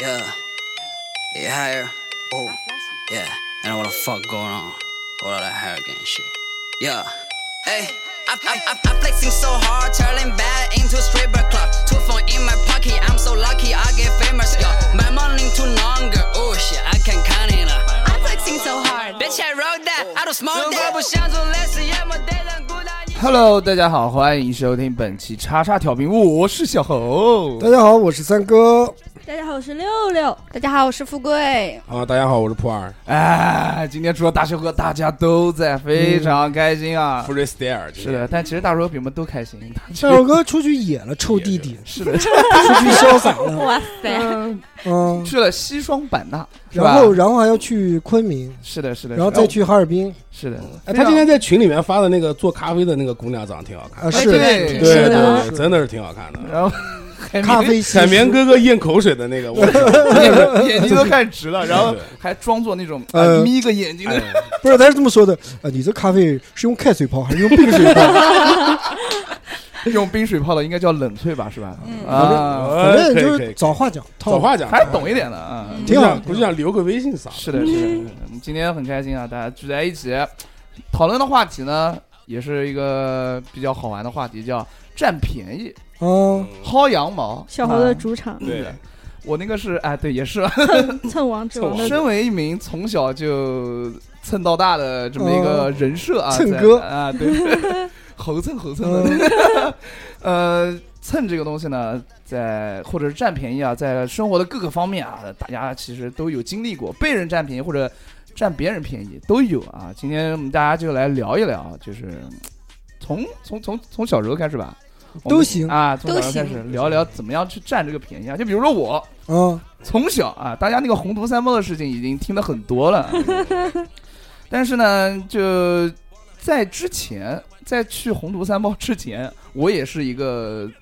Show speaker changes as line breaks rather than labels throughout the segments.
Yeah. Yeah, higher. Oh. Yeah. And what the fuck going on? All of that hurricane shit. Yeah. Hey. I, I, I, I'm flexing so hard, turning back into a stripper club. Two phone in my pocket, I'm so lucky I get famous, yo. My money too longer, oh shit, I can count it up. I'm flexing so hard, bitch, I wrote that, I don't smoke that.
？Hello，大家好，欢迎收听本期叉叉调频，我是小猴。
大家好，我是三哥。
大家好，我是六六。大家好，我是富贵。
啊，大家好，我是普洱。
哎，今天除了大修哥，大家都在，非常开心啊。
freestyle，
是的，但其实大叔比我们都开心。他
这首歌出去野了，臭弟弟，
是的，
出去潇洒 了。
哇塞，
嗯，
去了西双版纳，是吧
然后然后还要去昆明，
是的，是的，
然后
是的
再去哈尔滨。
是的，
哎，他今天在群里面发的那个做咖啡的那个姑娘长得挺好看
啊，
的，
是
哎对对
是
对
是
对，
是
真的是挺好看的。
然后海
咖
绵
啡西施
海绵哥哥咽口水的那个，我哎
眼睛都看直了，然后
对
还装作那种
呃
啊眯个眼睛的。
不是，他是这么说的。呃，你这咖啡是用开水泡还是用冰水泡？
用冰水泡的应该叫冷萃吧，是吧？
嗯
啊，
反正就
哎可以可
是
以
找话讲，套
早话讲，
还是懂一点的啊。
挺好
估计想留个微信啥的。
是的，是的，嗯今天很开心啊，大家聚在一起讨论的话题呢，也是一个比较好玩的话题，叫占便宜、
嗯，
薅羊毛。
小猴的
啊
主场，
对，
我那个是哎，对，也是，
蹭王之王的
身为一名从小就蹭到大的这么一个人设啊，
哦蹭
在
哥嗯
啊，对， 猴蹭猴蹭 的， 呃，蹭这个东西呢，在或者是占便宜啊，在生活的各个方面啊，大家其实都有经历过被人占便宜或者占别人便宜都有啊。今天我们大家就来聊一聊，就是嗯从从从从小时候开始吧，我们
都行
啊，从小
都
时候开
行
始聊一聊怎么样去占这个便宜啊。就比如说我，
嗯，
从小啊，大家那个宏图三包的事情已经听得很多 了，但是呢，就在之前，在去宏图三包之前，我也是一个呃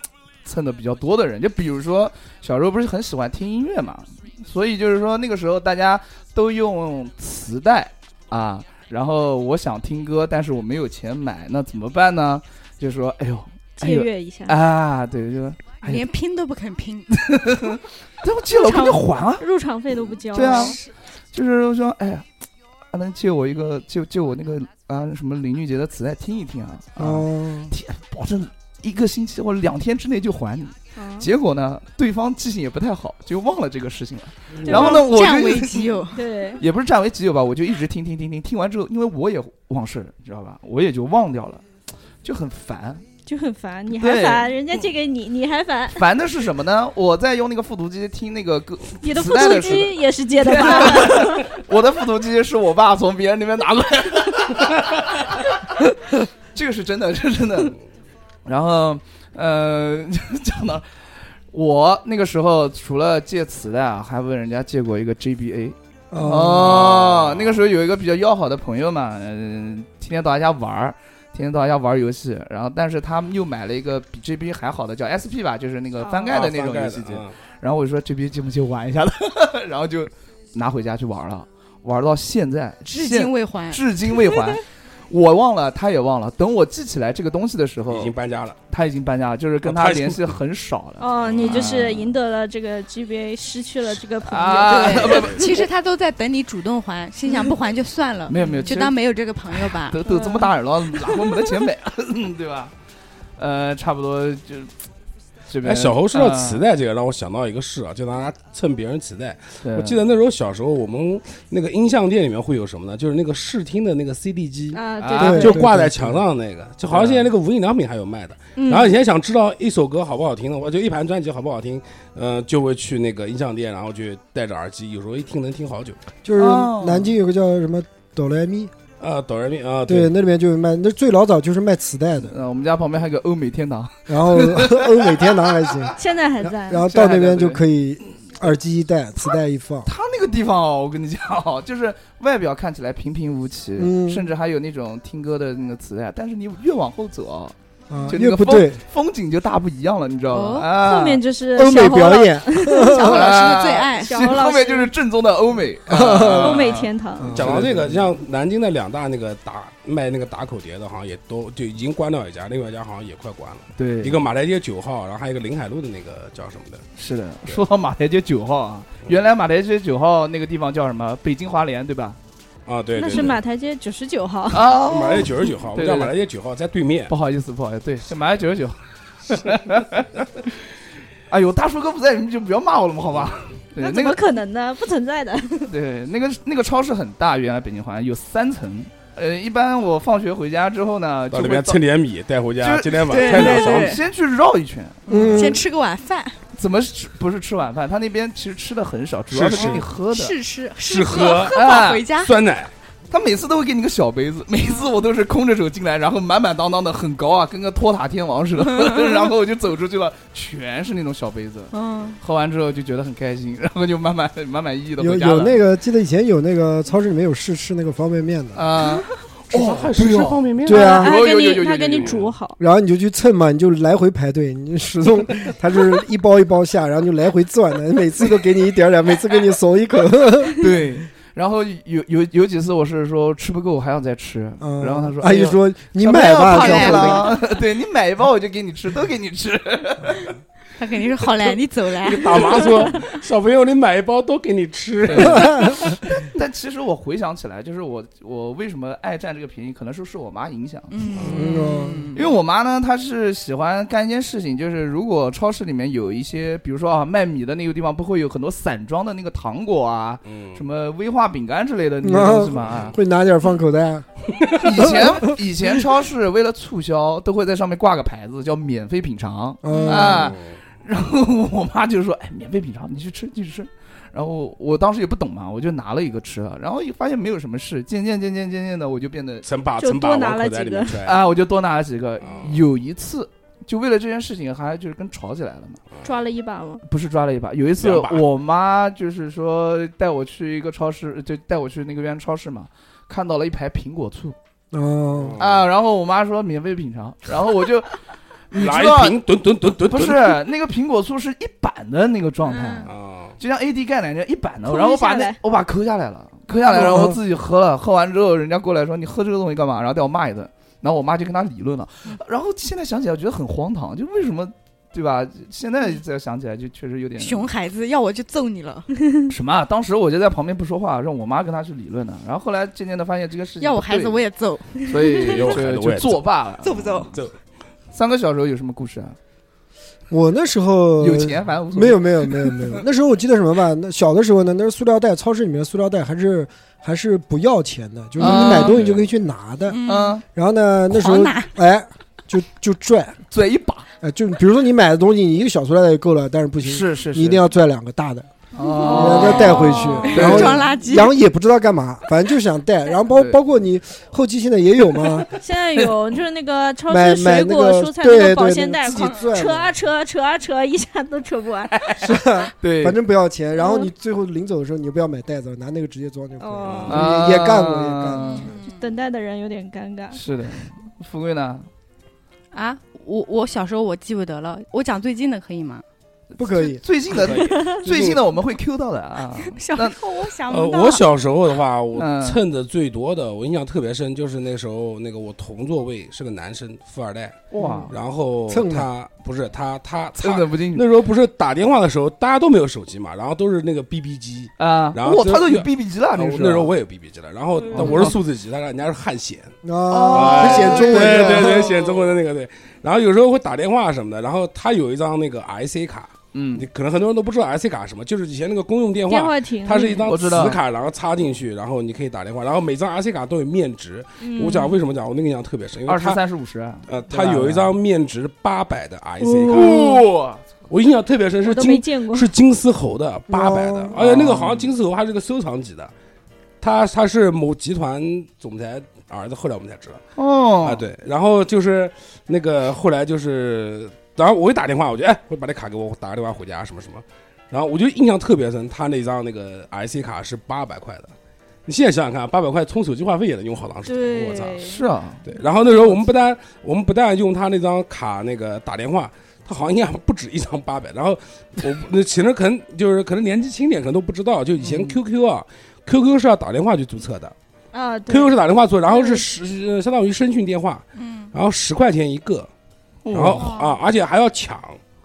蹭的比较多的人。就比如说小时候不是很喜欢听音乐嘛，所以就是说那个时候大家都用磁带啊，然后我想听歌，但是我没有钱买，那怎么办呢？ 就说哎呦，哎
借
呦
阅一下，
啊，对，就哎呀
连拼都不 肯拼，
这不借了，我肯定还啊。
入场费都不交。
对啊就是说，哎呀，啊能借我一个，借借我那个啊什么林俊杰的磁带听一听啊，啊，
嗯，
天，保证一个星期或者两天之内就还你。
啊
结果呢，对方记性也不太好，就忘了这个事情了。
对
然后呢，我
占为
就
己有。
对，
也不是占为己有吧，我就一直听听听听，听完之后，因为我也忘事了，你知道吧，我也就忘掉了，就很烦。
就很烦，你
对
还烦，人家借给你，你还烦，
烦的是什么呢？我在用那个复读机听那个歌，
你的
磁
复
带
读
的时候
机也是借的
啊
吧？
我的复读机是我爸从别人那边拿过来的， 这个是真的，这是真的。然后，呃， 讲到我那个时候，除了借磁带啊，还问人家借过一个 JBA。哦，那个时候有一个比较要好的朋友嘛，嗯、天天到他家玩儿，天天到他家玩儿游戏。然后，但是他们又买了一个比 JBA 还好的，叫 SP 吧，就是那个哦翻盖的那种游戏机。
啊
然后我就说这边借不借玩一下的， 然后就拿回家去玩了，玩到现在，
至
现
今未还。
至今未还。我忘了，他也忘了。等我记起来这个东西的时
已
候
经，搬家了，
他已经搬家了，就是跟
哦
他
他已经
联系很少了。
哦，你就是赢得了这个 GBA，失去了这个朋友。
啊，
对，其实他都在等你主动还，心想不还就算了，
没有没有，其
就
实
当没有这个朋友吧。
都都这么大人 了，哪会没得钱买， 对吧？呃，差不多就这边。啊
哎，小猴说到磁
带，
带这个，让我想到一个事啊，就拿蹭别人磁带。
对
我记得那时候小时候，我们那个音像店里面会有什么呢？就是那个试听的那个 CD 机，
啊，
啊
对
对
就挂在墙上的那个，就好像现在那个无印良品还有卖的。
嗯
嗯
然后以前想知道一首歌好不好听的，我就一盘专辑好不好听，嗯，就会去那个音像店，然后去戴着耳机，有时候一听能听好久。
就是
哦
南京有个叫什么哆来咪，
啊，哆来咪啊，
嗯
对，，那里面就有卖，那最老早就是卖磁带的，
呃，我们家旁边还有个欧美天堂，
然后欧美天堂还行，
现在还在
然然。后到那边就可以耳机一戴，磁带一放，
他那个地方哦，我跟你讲哦，就是外表看起来平平无奇，
嗯
甚至还有那种听歌的那个磁带，但是你越往后走哦，
啊，
就那
越
个
不
风
对，
风景就大不一样了，你知道吗？
哦
啊，
后面就是
欧美
小 猴
表
老
演，
小何老师的最爱，
小
其实
老
后面
师
就是正宗的欧美，啊
欧美天堂，
讲到这个，像南京的两大那个打卖那个打口碟的，好像也都就已经关掉一家，另外一家好像也快关了，
对
一个马台街九号，然后还有一个临海路的那个叫什么的，
是的。说到马台街九号啊，原来马台街九号那个地方叫什么？北京华联对吧？
啊，对，
那
对
是马台街九十九号，
啊
马台街九十九号，我
对对
们叫
对
马台街九号，在对面
不。好意思，不好意思，对，是马台九十九。 哎呦，大叔哥不在，你们就不要骂我了嘛，好吧？对，
那
那
怎么
个
可能呢？不存在的。
对，那个那个超市很大，原来北京华联有三层。呃，一般我放学回家之后呢，
到
就
里
会
面蹭点米带回家，
就
今天晚
对
上开两
对
勺
对
米。
先去绕一圈，
嗯，
先吃个晚饭，
怎么吃不是吃晚饭？他那边其实吃的很少，主要
是
是给你喝的。
试吃
是
试
喝
喝饱回家。
酸奶，
他每次都会给你个小杯子， 每次我都是空着手进来，然后满满当当的，很高啊，跟个托塔天王 似的。然后我就走出去了，全是那种小杯子。
嗯，
喝完之后就觉得很开心，然后就满满满满意意的
有
回家了。
有那个，记得以前有那个超市里面有试吃那个方便面的，
啊，
哦，还
是
是
吃
吃
方
方便面。
对啊
他
有
给
有有有
你，他
有
给
有
你
有
煮好，
然后你就去蹭嘛，你就来回排队，你 始终它是一包一包下，然后你就来回转的，每次都给你一点点，每次给你怂一口。
对。然后有有有几次我是说吃不够还想再吃，
嗯，
然后他说：“
阿
哎
姨
呦
说你
小朋
买
友
吧，
胖
小
点
伙子。
了， 对你买一包我就给你吃，都给你吃。
他肯定是好来，你走来
那。个大妈 说：“小朋友，你买一包都给你吃。
但其实我回想起来，就是我我为什么爱占这个便宜，可能是受我妈影响。
嗯
嗯，
因为我妈呢，她是喜欢干一件事情，就是如果超市里面有一些，比如说啊卖米的那个地方，不会有很多散装的那个糖果啊，”
嗯
什么威化饼干之类的那些东西嘛。 啊
会拿点放口袋，啊
以前以前超市为了促销，都会在上面挂个牌子叫免费品尝。
嗯，
啊，然后 我妈就说：“哎，免费品尝，你去吃，你去吃。”然后我当时也不懂嘛，我就拿了一个吃了，然后也发现没有什么事，渐渐渐渐渐渐的，我就变得
成把
就
成把
多拿
往
了
口袋里
几个
面揣。
啊，我就多拿了几个
哎哦。
有一次，就为了这件事情，还就是跟吵起来了嘛，
抓了一把 吗？
不是抓了一把，有一次
两把
我妈就是说带我去一个超市，就带我去那个原超市嘛，看到了一排苹果醋
哦，
啊，然后我妈说免费品尝，然后我 就。你
拿
知
一
道
瓶，吨吨吨吨，
不是那个苹果醋是一板的那个状态，
嗯
啊，
就像 AD 钙奶那样一板的，
抠
然后我
一下
把那
来
我把抠下来了，抠下来，
哦
嗯
然后我自己喝了，喝完之后人家过来说你喝这个东西干嘛？然后带我骂一顿，然后我妈就跟他理论了，
嗯
然后现在想起来我觉得很荒唐，就为什么对吧？现在再想起来就确实有点
熊孩子，要我就揍你了，
什么、啊？当时我就在旁边不说话，让我妈跟他去理论的，然后后来渐渐的发现这个事情
要我孩子我
也，
也揍，
所以
要
就
我孩子我
就
也
作罢了。
揍不揍？
走，
三个小时候有什么故事啊？
我那时候
有钱反正无所谓
呃没有没有没有没 有，那时候我记得什么吧？那小的时候呢，那是塑料袋，超市里面的塑料袋还是还是不要钱的，就是
啊
你买东西就可以去拿的。
嗯，
嗯，
然后呢，那时
狂
候
拿，
哎，就就拽，
嘴一把
哎，就比如说你买的东西，你一个小塑料袋就够了，但是不行，
是是
嗯你一定要拽两个大的，
哦
然后再带回去，
对
然后
装垃圾，
然后也不知道干嘛，反正就想带。然后包
对
包括你后期现在也有嘛，
现在有，就是那个超
买
市
买
水
那
果、
个
蔬菜
对
那个保
对
鲜
那
袋
个，自己攥
狂
的
扯啊扯啊扯啊扯啊，一下都扯不 完。
对，
反正不要钱。然后你最后临走的时候，你不要买袋子，拿那个直接装就可以了。
哦，
啊
也干过也干过
等待的人有点尴尬。
是的，富贵呢？
啊，我我小时候我记不得了，我讲最近的可以吗？
不可以。
最近的
可以
最近的我们会 Q 到的啊，
小
那
时候我想
呃，
不到，
我小时候的话，我
嗯
蹭的最多的，我印象特别深，就是那时候那个我同座位是个男生，富二代，
哇，
然后
蹭
他不是他他
嗯真
他
的不进去
那时候不是打电话的时候，大家都没有手机嘛，然后都是那个 BB 机。
啊！
然后
哇，
就
他都有 BB 机了，
然后
是
那
那嗯
时候我也有 BB 机了，然后但我是数字机，他人家是汉显，
啊，
哎
会写中文
对
的，
哦对对，显中文的那个对。然后有时候会打电话什么的，然后他有一张那个 IC 卡，
嗯
你，可能很多人都不知道 IC 卡是什么，就是以前那个公用电
电
话，
话亭，
它是一张
我知
磁
道
卡，然后插进去，然后你可以打电话，然后每张 IC 卡都有面值。
嗯
我讲为什么讲，我那个印象特别深，因为
二十
它
三是五十，
呃，
对吧
它有一张面值八百的 IC 卡，
哇，
我印象特别深，是
哦嗯我都没
金
见过。
是金丝猴的八百的
哦，
而且那个好像金丝猴还是个收藏级的，他他是某集团总裁儿子，后来我们才知道。
哦
啊，，对，然后就是那个后来就是，然后我一打电话，我就哎，我把那卡给我，我打个电话回家什么什么，然后我就印象特别深，他那张那个 IC 卡是八百块的，你现在想想看，八百块充手机话费也能用好长时间，我操！
对，
是啊，
对，然后那时候我们不但我们不但用他那张卡那个打电话，他好像应该不止一张八百。然后我那其实可能就是可能年纪轻点，可能都不知道，就以前 QQ 啊。QQ 是要打电话去注册的
啊，对
，QQ 是打电话注册，然后是十，呃相当于声讯电话，
嗯，
然后十块钱一个，
哦
然后啊，而且还要抢，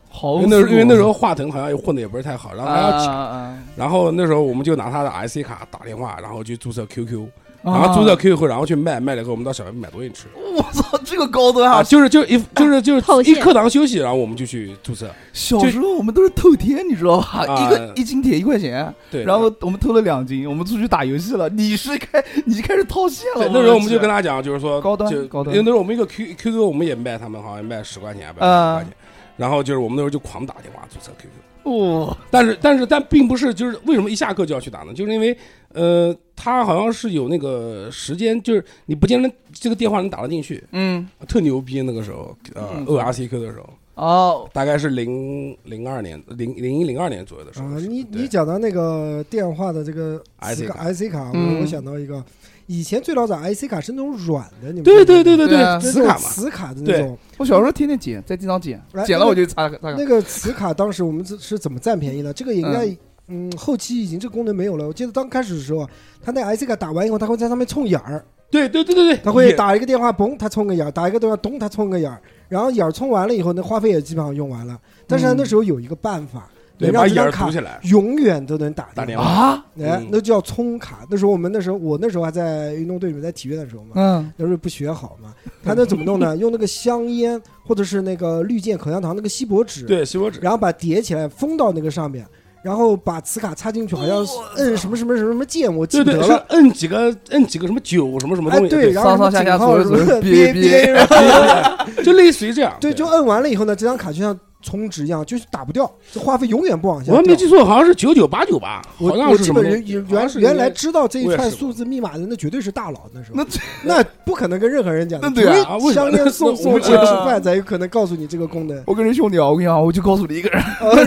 好
因为那时候因为那时候华腾好像也混的也不是太好，然后还要抢，
哦啊
然后那时候我们就拿他的 IC 卡打电话，然后去注册 QQ，
啊
然后注册 QQ 后，然后去卖，卖了以后我们到小卖部买东西吃
我操，这个高端
啊，
啊！
就是就一就是就
套
是一
现
课堂休息，然后我们就去注册，
小时候我们都是偷天，你知道吧？
啊
一个一斤铁一块钱，
对，
然后我们偷了两斤，我们出去打游戏了。你是开 你开始套现了
对，那时候我们就跟
他
他讲，就是说
高端
就
高端
因为那时候我们一个 Q QQ 我们也卖，他们好像卖十块钱，还卖
啊
十块钱，然后就是我们那时候就狂打电话注册 QQ。
哦，
但是但是但并不是就是为什么一下课就要去打呢？就是因为呃，他好像是有那个时间，就是你不见得这个电话能打得进去，
嗯，
特牛逼那个时候，呃
嗯
，ORCQ 的时候，
哦，
大概是零零二年、零零一零二年左右的时候
啊，
是。
你
对
你讲到那个电话的这个
IC
这个
卡
IC 卡，
嗯
我我想到一个，以前最早打 IC 卡是那种软的，你们
对
知道吗
对对对
对啊
对，
就是
磁卡嘛，
磁卡的那种。
我小时候天天捡，在地上捡，
哎
捡了我就擦擦
那
个。
个磁卡当时我们是是怎么占便宜的？这个应该嗯后期已经这个功能没有了。我记得刚开始的时候，他那 IC 卡打完以后，他会在上面冲眼儿，
对对对对对，
他会打一个电话，嘣，他冲个眼儿；打一个电话，咚，他冲个眼儿。然后眼儿冲完了以后，那话费也基本上用完了。但是呢
嗯
那时候有一个办法，
对
能
把
让这
眼
张
儿
卡
堵起来，
永远都能打
打电话
啊，
哎
嗯，
那叫充卡。那时候我们那时候，我那时候还在运动队里面，在体院的时候嘛，
嗯，
那时候不学好嘛，他那怎么弄呢？用那个香烟或者是那个绿箭口香糖那个锡箔纸，
对锡箔纸，
然后把叠起来封到那个上面，然后把磁卡插进去，好像是摁什么什么什么什么键，我记
对
不
对
得
是
了。
摁几个摁几个什么九什么什么
哎
东，西，
对，然后
上
什么
上下下
井号
左右
什
左右
么
憋
憋 憋，然后
对，就类似于这样。
对，就摁完了以后呢，这张卡就像充值一样，就是打不掉，这话费永远不往下
我还没
掉。
记错，好像是九九八九吧，
我
好像
我
是
基
什么
本
东西
人原
好像是
原来知道这一
我也
串
是
数字密码的，那绝对是大佬那时候
那，
那不可能跟任何人讲的。
那对啊
啊
除非
为什
香
么
烟送
那
送
我
或
们
者
知
吃
道
饭才有可能告诉你这个功能。
我跟人兄弟啊，我跟你讲，我就告诉你一个人，
呃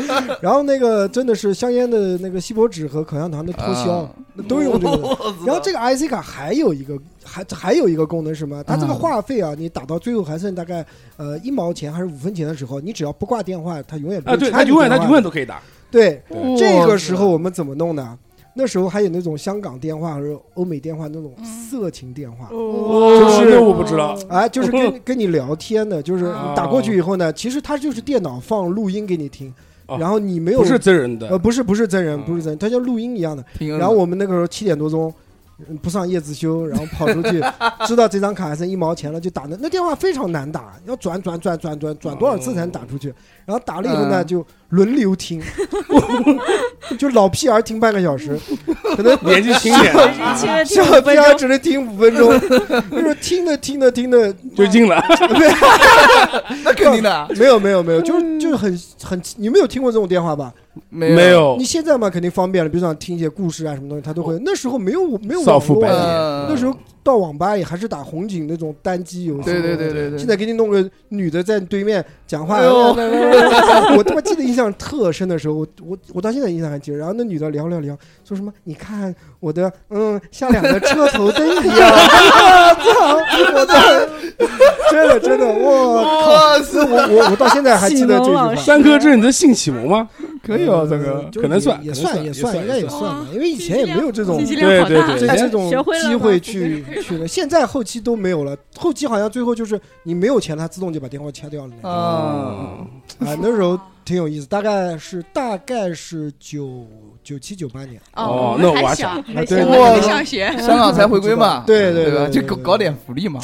然后 然后那个真的是香烟的那个锡箔纸和口香糖的脱销
啊，
那都用 这个。
我知道
然后这个 IC 卡还有一个还还有一个功能是什
嗯
么？它这个
啊
话费啊，你打到最后还剩大概呃一毛钱还是五分钱的时候，你只要不挂电话，它永远不
啊，
会
对，
插
他
你
永远
电
他
话
永远都可以打。
对。
哦
对
这个时候我们怎么弄呢？那时候还有那种香港电话还是欧美电话那种色情电话，哦
哦
就是那我哦不知道，
哎，就是跟跟你聊天的，就是
啊
打过去以后呢，其实它就是电脑放录音给你听，
哦
然后你没有
不是真人
呃，
的，
不是不是真人，
嗯
不是真人，它像录音一样的。
听
嗯
然后我们那个时候七点多钟，嗯不上夜自修，然后跑出 去，知道这张卡还剩一毛钱了，就打那那电话非常难打，要转转转转转转多少次才能打出去？然后打了以后呢，
嗯
就轮流听， 就老屁儿听半个小 时，可能
年纪轻点
亲了
小
听五
屁
分
儿
钟，
只能听五分钟，就是听着听着听着，
就进了。
那肯定的，
没有没有没有，就是就是很很，你没有听过这种电话吧？
没
没有
哦
你现在嘛，肯定方便了，比如说想听一些故事啊什么东西，他都会。那时候没有没有
少
网
妇
络
白
啊，
呃
那时候到网吧也还是打红警那种单机游戏。
对对对对对，
现在给你弄个女的在你对面讲话，
哎呦
我他妈记得印象特深的时候，我我我到现在印象还记得。然后那女的聊聊聊，说什么你看我的嗯像两个车头灯一 样，我操！我的真的真的我靠！
哇塞，
我我我到现在还记得这句话。
三哥，这是你的性启蒙吗？
可以啊，三哥
嗯，就
可能
也
算
也
可能
算
算
也
也
算，
算
应该也
也
算
算
吧，因为以前也没有这
哦
种
信息量好大，
对 对对
这种
学会了吗
机会
不
去去了。现在后期都没有了，后期好像最后就是你没有钱，他自动就把电话掐掉了那种。啊，
啊，
嗯
那时候挺有意思，大概是大概是九九七九八年，
哦
哦，
那我
我
还
还
想
小，
啊
我
对
们还没
哇
上学，
香 港才回归嘛，
对对
对吧？就搞搞。
对对
点福利嘛，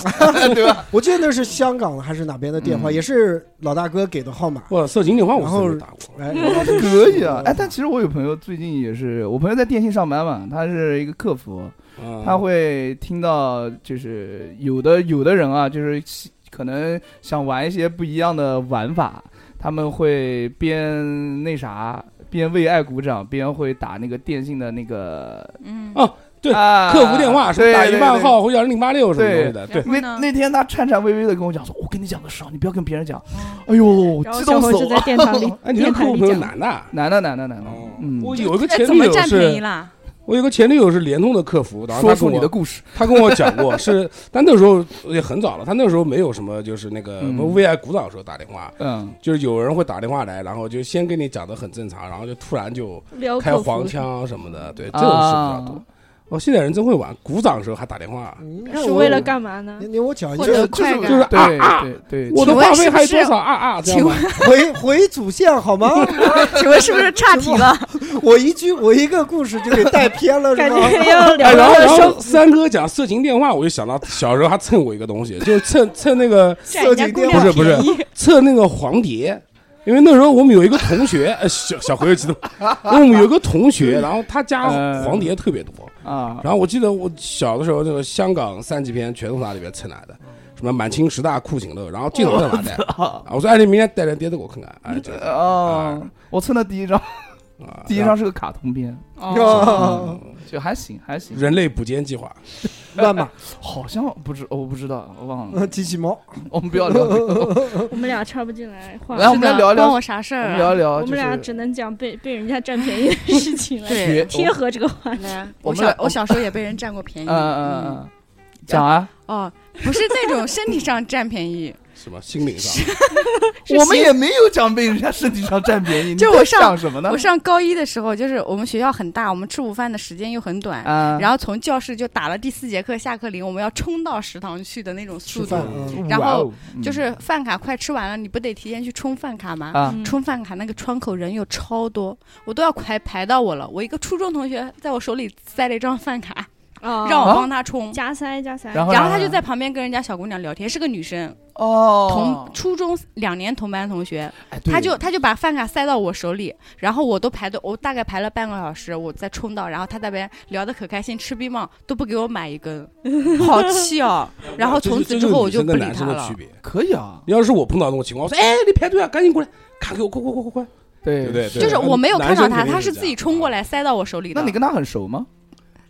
对吧？
我记得那是香港还是哪边的电话，
嗯
也是老大哥给的号码。
哇，色情电话我
然后
是没打过。
哎，然后
嗯可以啊，哎，但其实我有朋友最近也是，我朋友在电信上班嘛，他是一个客服，
嗯
他会听到就是有的有的人啊，就是喜可能想玩一些不一样的玩法，他们会边那啥边为爱鼓掌，边会打那个电信的那个
嗯，
哦对
啊
客服电话什么
对
打一万
对对
号或者零八六什么东西的，对
对，
那
嗯
然后呢
那天他颤颤巍巍的跟我讲说：“我跟你讲个事啊，你不要跟别人讲。”哎呦，
嗯然后
激
小
动
伙
死
就
我
在
了！
殿堂里
哎，你这
电
客
台
户
里
朋友
讲，
男的啊？
男的，男的，男的
哦，
嗯，
我有一个
嗯这
前
怎
女
么
友
占便宜
是，
啦？
我有个前女友是联通的客服，然后
说
她跟
出你的
我
故事，
她跟我讲过，是但那时候也很早了，她那时候没有什么就是那个
嗯
VI 古早的时候打电话，
嗯，
就是有人会打电话来，然后就先跟你讲的很正常，然后就突然就
撩
开
客服
黄腔什么的，
嗯
对这种事比较多。哦，现在人真会玩，鼓掌时候还打电话，
嗯你看
是
我
为了干嘛呢
你？你我讲一
获
个
得快
就是
感。
啊啊
对对对，
我的
请问
话费
是不
还有
是
多少啊啊？这样
请
吗
回回祖线好 吗？
请问是不是岔题了？
我一句我一个故事就给带偏了是
感
吗？
觉要聊
哎，然后然
聊
后
生
三哥讲色情电话，我就想到小时候他蹭我一个东西，就是蹭蹭那个
占人家姑娘
不是不是
便宜
蹭那个黄碟，因为那时候我们有一个同学， 呃，小小何又激动，因为我们有一个同学，然后他家
嗯
黄碟特别多，
啊，
然后我记得我小的时候，那个香港三级片全从他里边蹭来
嗯
的，什么满清十大酷刑的，然后镜头在 哪带？
啊
啊我说哎，你明天带点碟子给我看看，哎，这
哦，我蹭的第一张，
啊，
第一张是个卡通片，嗯
哦，
啊，
就还行还行，
人类捕奸计划，
乱 码，
好像不知我不知道，我忘 了
嗯，机器猫，
我们不要聊这个，
我们俩插不进来话，
来我们来聊一聊
关我啥事
我
儿
们
啊？
聊一聊，
我们俩
就是
只能讲被被人家占便宜的事情来
对，
贴合这个话题。
来，
我
我
们
小
来
我小时候也被人占过便宜。
嗯嗯嗯，嗯，讲啊，
哦，不是那种身体上占便宜，
什么心灵 上
是
我们
行
也没有讲被人家身体上占 便宜，你
就
在
我上
想什么呢
我？上高一的时候，就是我们学校很大，我们吃午饭的时间又很短，
啊，
然后从教室就打了第四节课下课铃，我们要冲到食堂去的那种
吃
速度
饭，嗯
然后
哇哦嗯
就是饭卡快吃完了，你不得提前去冲饭卡吗？
啊，
嗯
冲饭卡那个窗口人又超多，我都要快排到我了。我一个初中同学在我手里塞了一张饭卡，
啊
让
啊
我帮他冲，
加塞加塞，
然后
然后他就在旁边跟人家小姑娘聊天，是个女生，
哦
同，初中两年同班同学，
哎对
他就他就把饭卡塞到我手里，然后我都排队，我大概排了半个小时，我再冲到，然后他那边聊得可开心，吃冰棒都不给我买 一根，好气哦！然后从此之后我
就
就不理
男
他
生的区
了。
别。
可以啊，
你要是我碰到这种情况，我说哎，你排队啊，赶紧过来，卡给我，快快快快快，
对
对不对？对
就是我没有看到他，他
呃男生肯定
是
是啊
自己冲过
来。
来塞到我手里的。
那你跟他很熟吗？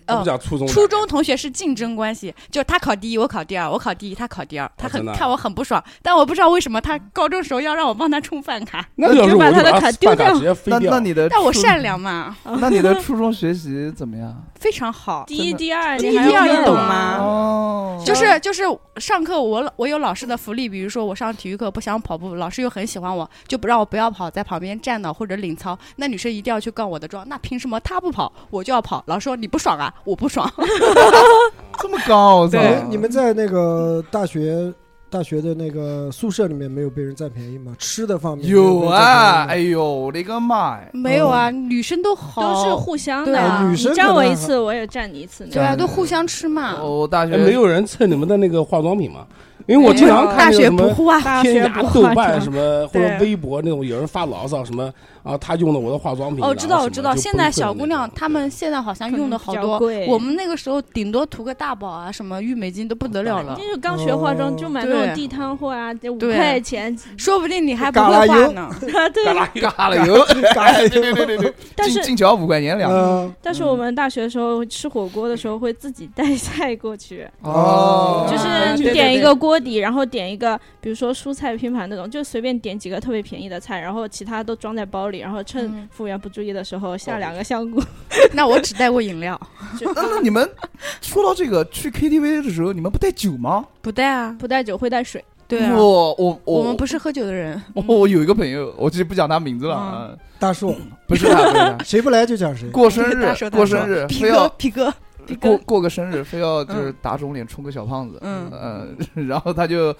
我不
呃，
讲初中的，
初中同学是竞争关系，就是他考第一，我考第二，我考第一，他考第二，他很
真的啊
看我很不爽，但我不知道为什么他高中时候要让我帮他冲饭 卡，
那要是
就
我
把他的
把
卡
饭
丢
卡
掉
直接飞
那
掉。
那你的
但我
初
善，良嘛，
那你的初中学习怎么 样？
非常好。
第
真
一
的
第二，
第一
你还
第二
要
你懂
问
吗
哦，
啊就是就是上课我老我有老师的福利，比如说我上体育课不想跑步，老师又很喜欢我，就不让我不要跑，在旁边站到或者领操。那女生一定要去告我的状，那凭什么她不跑我就要跑？老师说你不爽啊，我不爽。
这么高，我操
你
对
哎们你们在那个大学大学的那个宿舍里面没有被人占便宜吗？吃的方面
有啊，哎
哎，
呦，我的个妈呀！
没有啊，女生都好，
都是互相
对啊
的，
女
你
生
占
可
我
能
一
还
次，我也占你一次那
对
种。
啊，都互相哦吃嘛。
我我哦大学
哎没有人蹭你们的那个化妆品吗？因为我经常看
大
那个
学
什
不
么
互啊，
大
天
学
涯
不
豆
化
瓣
妆
什么或者
对
微博那种有人发牢骚什么啊，他用了我的化妆品。然
哦，
后
知道
什
我
么
知道，
就
现
崩溃
在
的
小
那
姑娘
种
她们现在好像用的好
可能比较
多，
贵
我们那个时候顶多涂个大宝啊，什么郁美净都不得了了
因，为刚学化妆就买那
对
种地摊货啊，得五
对
块钱
说不定你还不
嘎啦
会画
油
呢。
啊， 对。
嘎了 油，
嘎了油
对对对对，
但是
进进桥五块钱两个
嗯，
但是我们大学的时候吃火锅的时候会自己带菜过去，
哦
就
啊对
是
对
点一
对
个锅底，然后点一个，比如说蔬菜拼盘那种，就随便点几个特别便宜的菜，然后其他都装在包里，然后趁
嗯
服务员不注意的时候下两个香菇。
那我只带过饮料，
就
那那你们说到这个去 KTV 的时候，你们不带酒吗？
不带啊，
不带酒会带水，
对啊，
我我
我们
我
不是喝酒的人，
我我有一个朋友，我就不讲他名字了，
嗯
啊，
大树
不是他，不是他，
谁不来就讲谁，
过生
大
日
手大
过
手
生日
皮
非
哥
要
皮哥，
过
哥
过个生日，非要就是打肿脸充个小胖子，
嗯
呃， 然后他就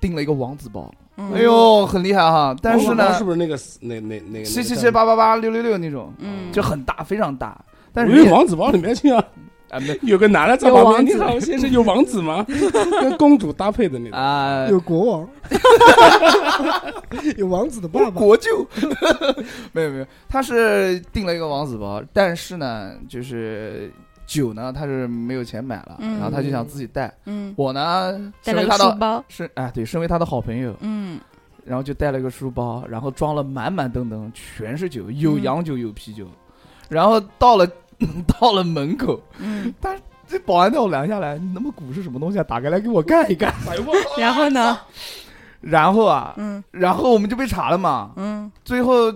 订了一个王子包，
嗯
哎，呦，很厉害哈！但是
我不知道
呢
是，不是那个那那那个
七
那
七
个
七八八八六六六那种，
嗯，
就很大，非常大。但
因
是
为
你
王子王里面经常
啊没
有个男的在
有
旁
王
边，你
子
好，先生有王子吗？跟公主搭配的那种。
啊，
有国王， 有王子的爸爸，
国舅， 没有没有，他是订了一个王子包，但是呢，就是酒呢，他是没有钱买了，
嗯
然后他就想自己带。
嗯，
我呢，
带
身
了
为
个
他
书
的
包，
身哎对，身为他的好朋友，
嗯，
然后就带了一个书包，然后装了满满登登，全是酒，有
嗯
洋酒有啤酒，然后到了 到了门口，
嗯，
这保安带我拦下来，你那么鼓是什么东西啊？打开来给我干一干。
然后呢，
然后啊，
嗯
然后我们就被查了嘛。
嗯，
最后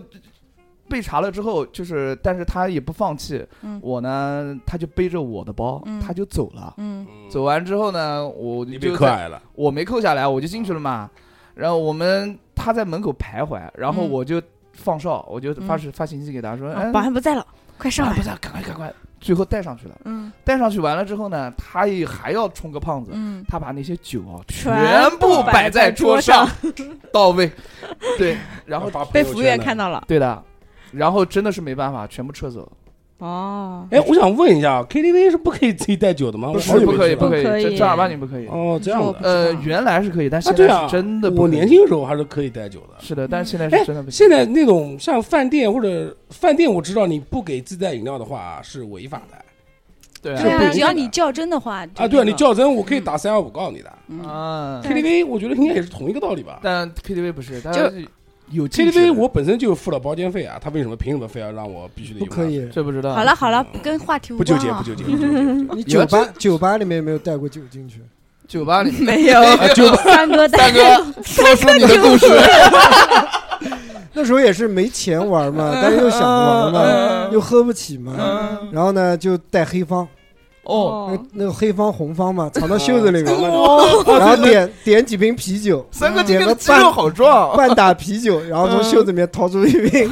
被查了之后，就是但是他也不放弃，
嗯
我呢他就背着我的包，
嗯
他就走了。
嗯
走完之后呢，我
你被
就
扣
在
矮了，
我没扣下来，我就进去了嘛。然后我们他在门口徘徊，然后
嗯啊
我就放哨，我就发发信息给他说，哎，
保安不在了，快上
啊
来
不。是，赶快赶快，最后带上去了。
嗯
带上去完了之后呢，他也还要充个胖子，
嗯，
他把那些酒啊
全
部
部
摆
摆
在
在
桌
桌
上
上，
到位，对，然后
把
被
朋友
服务员
圈
看
的。
到了。
对的，然后真的是没办法，全部撤走，
哦，
哎，我想问一下，KTV 是不可以自己带酒的吗？
不是
我好久
不
没
可以
去了
不可以，
不可以
正正儿八经不可以。
哦，这样
我
的。
呃
知，道
原来是可以，但
啊，
现
对
在
啊，
是真的不
我
可以
年轻的时候还是可以带酒的。
是的，
嗯
但是现在
哎
是真的不行。
现在那种像饭店或者饭店，我知道你不给自带饮料的话是违法的
对
是
对
啊，
被
啊，只要
禁的
你较真的话
啊。对啊，你
叫
较真，我可以打三幺五告你的。
嗯，
对
KTV 我觉得应该也是同一个道理吧。
但 KTV 不是，它
就是
有禁止
KTV
的
我本身就付了包间费啊，他为什么凭什么非要让我必须得
不
用它
可以。
这不知道。
好了好了，跟话题无
不纠结，
关啊了
不。纠结，不纠结。
你
有
酒
啊
吧酒吧里面有没有带过酒进去？
酒吧里面，啊
没 有，
三哥
大
带
哥 说出你的故事。
那时候也是没钱 玩嘛，但是又想玩嘛，又喝不起嘛，
嗯
然后呢就带黑方，
哦，
那那个黑方红方嘛，藏到袖子里面，
哦
然后点点几瓶啤酒，
三哥今
点
天
个
的肌肉
半
好壮。
半打啤酒，然后从袖子里面掏出一瓶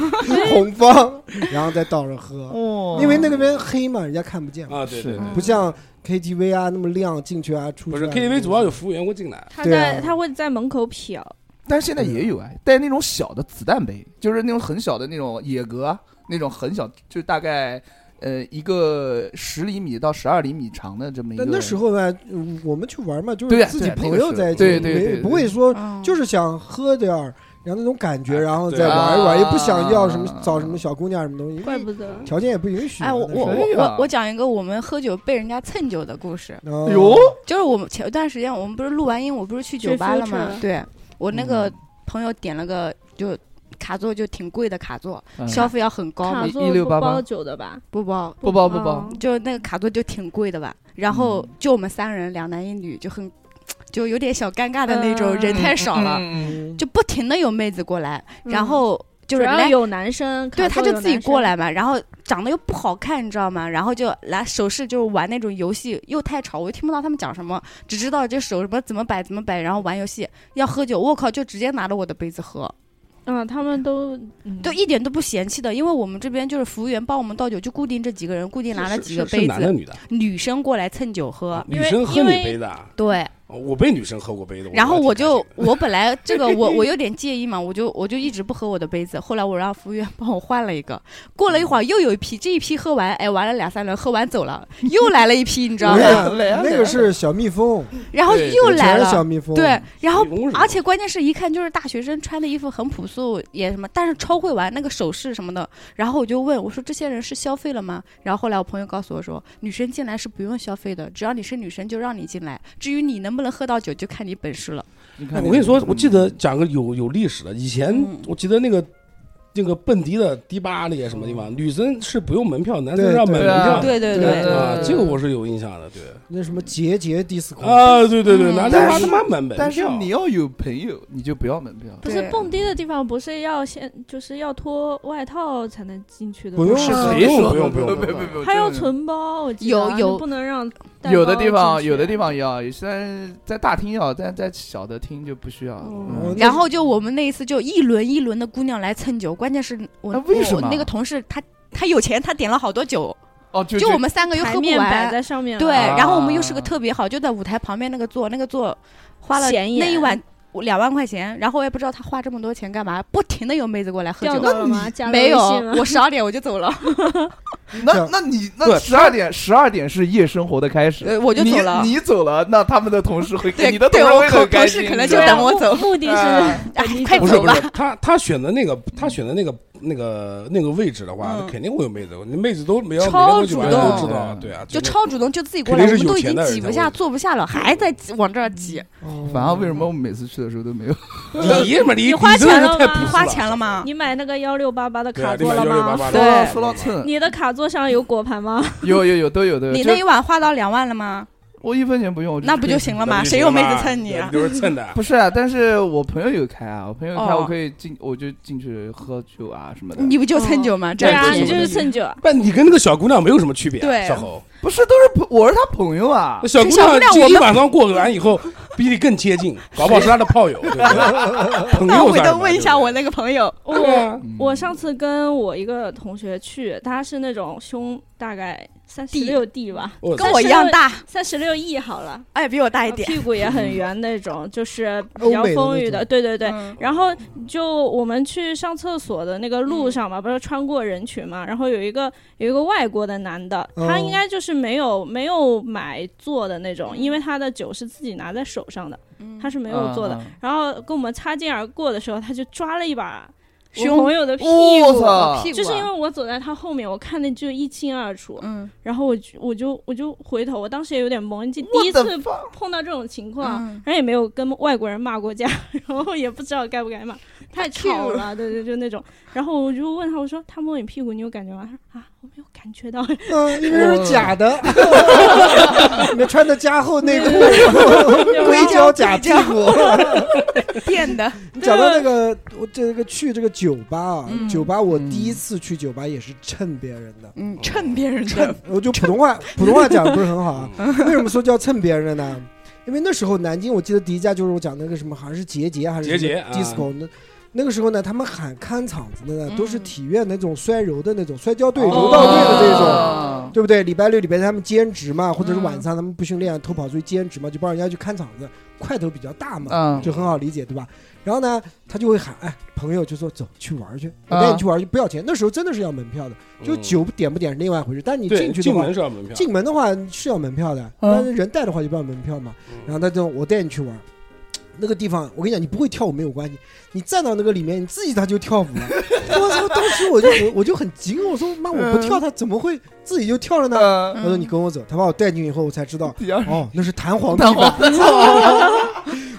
红方，然后再倒着喝，
哦
因为那个边黑嘛，人家看不见 嘛，
啊，对对
是
对，
不像 KTV 啊那么亮，进去啊出去
不
啊。
是 KTV 主要有服务员会进来，
他
对啊
在他会在门口瞟，
但是现在也有哎，带那种小的子弹杯，就是那种很小的那种野格啊，那种很小，就大概呃一个十厘米到十二厘米长的这么一个。
但那时候呢，嗯我们去玩嘛，就
对
是
呀
自
对啊呀那
己朋
个
友
是
在一起，
对对
没
对对
不会说
嗯
就是想喝点儿，然后那种感觉，
哎
然后
对
再玩一玩，
啊
也不想要什么
啊
找什么小姑娘什么东西，因
怪
为
不得
条件也不允许嘛。
哎，我
那时
我
候
我
可以啊
我我讲一个我们喝酒被人家蹭酒的故事，
哦
哟，
就是我们前段时间我们不是录完音，我不是去酒吧了吗？
去 future
对我那个朋友点了个就卡座就挺贵的卡座，
嗯
消费要很高嘛
卡
一，
座
1688
不包酒的吧？嗯
不包，
不包不包，
就那个卡座就挺贵的吧。然后就我们三人，两男一女，就很就有点小尴尬的那种，
嗯
人太少了，
嗯，
嗯
就不停的有妹子过来，
嗯
然后就
主
是
要
来
有男生，
对，
卡
他
座有
就自己
男生
过。来嘛，然后长得又不好看，你知道吗？然后就来手势，就是玩那种游戏，又太吵，我又听不到他们讲什么，只知道这手什么怎么摆怎么摆，然后玩游戏。要喝酒，我靠，就直接拿着我的杯子喝，
嗯，他们都嗯
就一点都不嫌弃的，因为我们这边就是服务员帮我们倒酒，就固定这几个人，固定拿了
是
几
是
个
是
杯
男的
子，哦
女的，
女生过来蹭酒喝。
女
为
生喝
因
你
为
杯子啊，
对，
哦我被女生喝过杯子，
然后我
我觉得
就
挺开心
我本来这个我我有点介意嘛，我就我就一直不喝我的杯子。后来我让服务员帮我换了一个，过了一会儿又有一批，这一批喝完，哎，玩了两三轮，喝完走了，又来了一批，你知道
我跟你
吗？
讲
来啊
那
来啊
个是小蜜蜂，
然后
对
又
全
来
是小
了，
蜜蜂。
嗯
对，，啊然后
蜜蜂是吧
而且关键是一看就是大学生穿的衣服很朴素，也什么，但是超会玩那个手势什么的。然后我就问我说这些人是消费了吗？然后后来我朋友告诉我说，女生进来是不用消费的，只要你是女生就让你进来，至于你能不能喝到酒就看你本事了。
你
哎
看，
我跟你说，我记得讲个有有历史的，以前
嗯
我记得那个那个蹦迪的迪吧那些什么地方，女生是不用门票，男生
对
是要
对
买
嗯
门
对啊
票的。
对对
对
对
啊，
对
这个我是有印象的，对。
那什么节节 disco，
啊，对对对，
嗯
男生
但
他
是
他妈买门
但是
票
你，要有朋友，你就不要门票。
不是
对
蹦迪的地方，不是要先就是要脱外套才能进去的吗，
不用啊
谁说不用
不
不用
用
不
不
用
用不用，
还要
真的
存包，我记
有
得
有
你不能让带
有的
包
地方
进去
有的地方要，虽然在大厅要，但在小的厅就不需要。
哦
嗯
我那
然后就我们那一次就一轮一轮的姑娘来蹭酒，关键是我
那为什么
我那个同事他他有钱，他点了好多酒，
哦，就
就我们三个又
台
喝不
面摆
完。
在上面了，
对，
啊
然后我们又是个特别好，就在舞台旁边那个座，那个座花了
显眼
那一晚两万块钱，然后我也不知道他花这么多钱干嘛，不停的有妹子过来喝
掉
酒。
到了吗？加了
没有
微信了，
我十二点我就走了，
那那你那
对
十二点十二点是夜生活的开始，
呃我就走了
你你走了，那他们的同事会
对
你的同
对
事
我
会
同
很开
同
心，
事可能
你知
就
道
对啊
吗
等我走啊
目的
哎
是 等你
快
走
不是
走
不
吧
是，他他选的那个他选的那个那个那个位置的话，
嗯
肯定会有妹子，那妹子都没有
超
每天过去玩
主动
都知道，对啊，
就
那
超主动，就自己过来，我
肯定是
们
有
都已
钱
经
的人
挤不
才
下，
会
坐不下了，还在挤往这儿挤。
反正为什么我每次去的时候都没有？
你他妈你
你花
真的
钱
是
了吗
太鄙
你
视
花钱了吗？
嗯你买那个幺六八八的
对啊
卡
你
座
买
了
1688
吗？
说
的
对
到说到蹭，
你的卡座上有果盘吗？
有有有都有都有。
你
呃就
那一晚花到两万了吗？
我一分钱不用，我
那不就行了吗？谁有妹子蹭你啊？
都是蹭 的。
不是啊，但是我朋友有开啊，我朋友开，
哦
我可以进，我就进去喝酒啊什么的。
你不就蹭酒吗？这
对啊，
样
对
你
子
就是蹭酒啊，
但你跟那个小姑娘没有什么区别啊，
对
小侯。
不是都是朋我是他朋友啊
那，小姑
小姑
娘
娘
今
我
一
们
晚上过完以后，比你更接近，搞不好是她的炮友，对不 对？朋友算什么。
那我回头问一下
对
我那个朋友，
不对对啊，
嗯
我上次跟我一个同学去，他是那种胸大概三十六 D 吧，
我
跟我一样大，
三十六 E 好了，啊
哎，比我大一点。
屁股也很圆那种，就是比
欧
较
美的
丰
那
腴的。
种
对对对，
嗯
然后就我们去上厕所的那个路
嗯
上嘛，不是穿过人群嘛，然后有一个有一个外国的男的，
哦
他应该就是没有没有买座的那
嗯
种，因为他的酒是自己拿在手上的，他是没有座的。
嗯嗯
然后跟我们擦肩而过的时候，他就抓了一把
胸
我朋友的屁
我
股。
操！
屁股啊
就是因为我走在他后面，我看的就一清二楚，
嗯，
然后我就我就我就回头，我当时也有点懵，就第一
What the
次
fuck？
碰到这种情况，
嗯
然后也没有跟外国人骂过架， 然后也不知道该不该骂，太吵了，对对，就那种。然后我就问他，我说他摸你屁股，你有感觉吗？他说啊，我没有感觉 到。
嗯，因为是假的，你们穿的加厚内裤，硅胶假屁股。
垫的，
讲到那个，我这个去这个酒吧啊，
嗯
酒吧我
嗯
第一次去酒吧也是蹭别人的，
嗯，蹭别人
蹭
的，，
我就普通话普通话讲的不是很好啊。
嗯
为什么说叫蹭别人的呢？因为那时候南京，我记得第一家就是我讲那个什么，好像是杰杰还是
杰
什
杰
么
啊
disco 那。那个时候呢，他们喊看场子的呢，
嗯
都是体院那种摔柔的那种摔跤队、
哦
柔道队的这种，
哦
对不对？礼拜六、礼拜天他们兼职嘛，或者是
嗯
晚上他们不训练偷跑出去兼职嘛，就帮人家去看场子，块头比较大嘛，
嗯
就很好理解，对吧？然后呢，他就会喊，哎，朋友就说走去玩去，我带你去玩去，不要钱。那时候真的是要门票的，
哦
就酒点不点是另外一回事，但你
对
进去的
进
话
门，是要门票，
进门的话是要门票的，
嗯
但是人带的话就不要门票嘛。然后他就我带你去玩。那个地方，我跟你讲，你不会跳舞没有关系，你站到那个里面，你自己他就跳舞了。 我操！当时 我就我我就很惊，我说妈，我不跳他怎么会自己就跳了呢？
嗯，
嗯
他说你跟我走，他把我带进去以后，我才知 道，
比较
哦，那是弹簧地
蛋
板，
黄的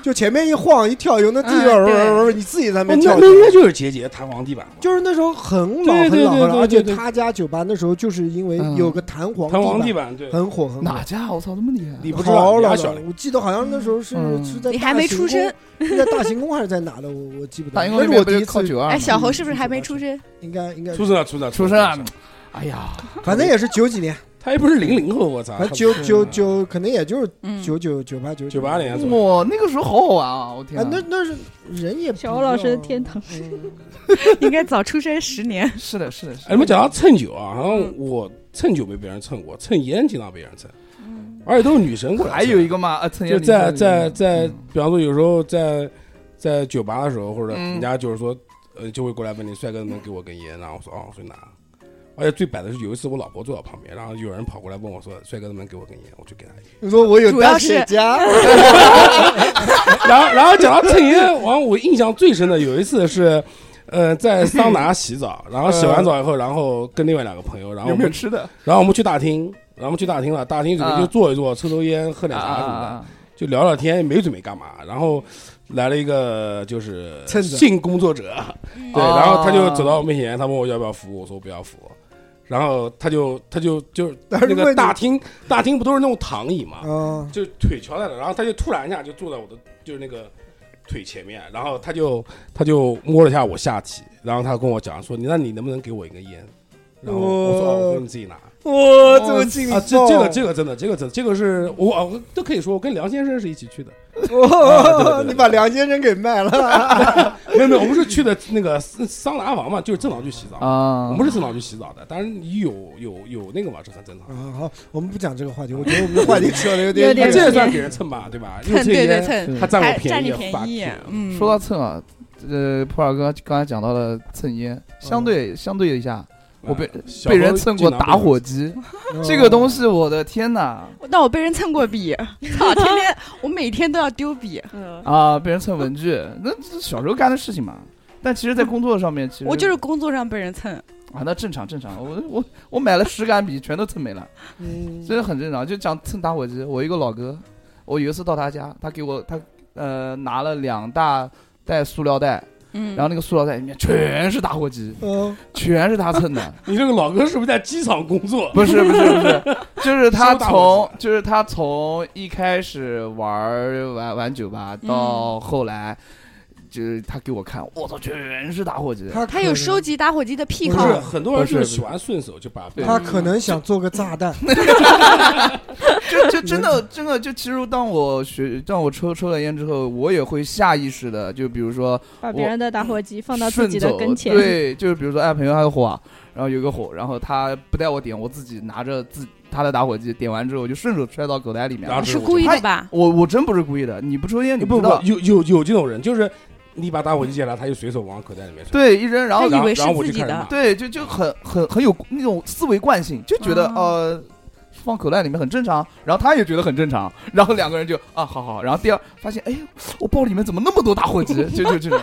就前面一晃一跳，有那地方，
嗯对
呃你自己在那
那
边跳
哦那。应该就是杰杰弹簧地板嘛，
就是那时候很老
对对
很老很
对
老，
对
而且
对对
他家酒吧那时候就是因为有个弹簧
弹簧
地
地板对，
很火很火
哪。家？我操，这么厉害！
你不知道，
好
你
老
还
了
小嘞，
我记得好像那时候是
嗯
是在
你
大
还没
行
出
宫
生，
是在大行宫还是在哪的？我我记不得。
大英
那
那
是
边
我
不
第一
是靠
次，
九二
哎，
吗？
小侯是不是还没出生？
应该应该
出，生了，出生了，
出生啊！哎呀，
反正也是九几年，
他又不是零零后，我操
反，正九
啊他不是嗯
九，嗯九，可能也就是
嗯，
九九九八九
九八。年啊左右，
哇，那个时候好好玩啊！我天
哎
啊
啊，，
那那是人也
小
不
欧老
要
师的天堂，
嗯
应该早出生十年。
是的，是的，是
哎，你们讲到蹭酒啊，好
嗯
像我蹭酒被别人蹭过，蹭烟经常被人蹭，
嗯
而且都是女生过
的。
来蹭，
还有一个嘛， 啊，曾经
就在在在
嗯，
比方说有时候在在酒吧的时候，或者
嗯
人家就是说，呃，就会过来问你，帅哥能不能给我根烟？然后我说，哦，我说拿。而且最摆的是，有一次我老婆坐我旁边，然后有人跑过来问我说，帅哥能不能给我根烟？我就给他一
你说我有
主要
大
是
雪茄，
根。 然后然后讲到蹭烟，完我印象最深的有一次是。呃，在桑拿洗澡，然后洗完澡以后，然后跟另外两个朋友，然
嗯
后
有
我
没有
们，
吃的？
然后我们去大厅，然后我们去大厅了，大厅准备就
啊
坐一坐，抽抽烟，喝点茶什么的。
啊，
就聊聊天，也没准备干嘛。然后来了一个就是
蹭着嗯
性工作者，对，
哦
然后他就走到我面前，他问我要不要服务，我说不要服务。然后他就他就就
当时
那
问
个
你
大厅大厅不都是那种躺椅嘛，
啊，
就腿翘在那，然后他就突然一下就坐在我的就是那个腿前面，然后他就他就摸了一下我下体，然后他跟我讲说，你那你能不能给我一根烟？然后我说，
哦
哦我说你自己拿。
哦
哇，这么劲
啊，这这个这
个
个真的，这个真的，这个是我我都可以说，我跟梁先生是一起去的。，啊对对
哇
对
你把梁先生给卖了，
没有没有，我们是去的那个桑桑拿房嘛，就是正常去洗澡。
啊
我们是正常去洗澡的，当然你有有有那个嘛，这很正常。
啊，好，我们不讲这个话题， 我觉得我们的话题扯的有点
有点
这
远
也算给人蹭吧，对吧？又
蹭
蹭
对对
烟，
蹭，
他占我
还
便
占
宜
你
也
便
发
宜
帖，
嗯，
说到蹭啊，呃，普尔哥刚才讲到了蹭烟，相对相对一下，我被
嗯啊小
被
何
人蹭过
经常被
打火
人
机，
嗯
这个东西，我的天哪！
那我被人蹭过笔，操，天天我每天都要丢笔，
嗯，
啊，被人蹭文具，那这小时候干的事情嘛。但其实，在工作上面，其实
我就是工作上被人蹭，
啊，那正常正常。我我我买了十杆笔，全都蹭没了，
嗯
真的很正常。就讲蹭打火机，我一个老哥，我有一次到他家，他给我他呃拿了两大袋塑料袋，
嗯，
然后那个塑料袋里面全是打火机，
嗯，
全是他蹭的，
你这个老哥是不是在机场工作？
不是不是不是，就是他
收打火
从就是他从一开始玩儿玩玩酒吧到后来。就是他给我看，我操，全是打火机。
他
他有
可能
收集打火机的癖
不
好
是，，很多人就
不
是
是
喜欢顺手就把
对
他可能想做个炸弹，
就就真的真的就其实当我学当我抽抽了烟之后，我也会下意识的就比如说
把别人的打火机放到自
顺
己的
走
跟前，
对，就是比如说哎朋友还有火啊，然后有个火，然后他不带我点，我自己拿着自他的打火机点完之后，我就顺手揣到口袋里面
然。后
你
这
是
种
故意
他
的吧？
我我真不是故意的，你不抽烟你
不
知
不
道，
有有有这种人，就是你把打火机借来，他就随手往口袋里面塞。
对一扔，然后
他
然
以
后
为是
然后我
自
就
己
开始
的
骂
对就就很很很有那种思维惯性，就觉得
啊
呃放口袋里面很正常，然后他也觉得很正常，然后两个人就啊好好，然后第二发现哎我包里面怎么那么多打火机，就就这种，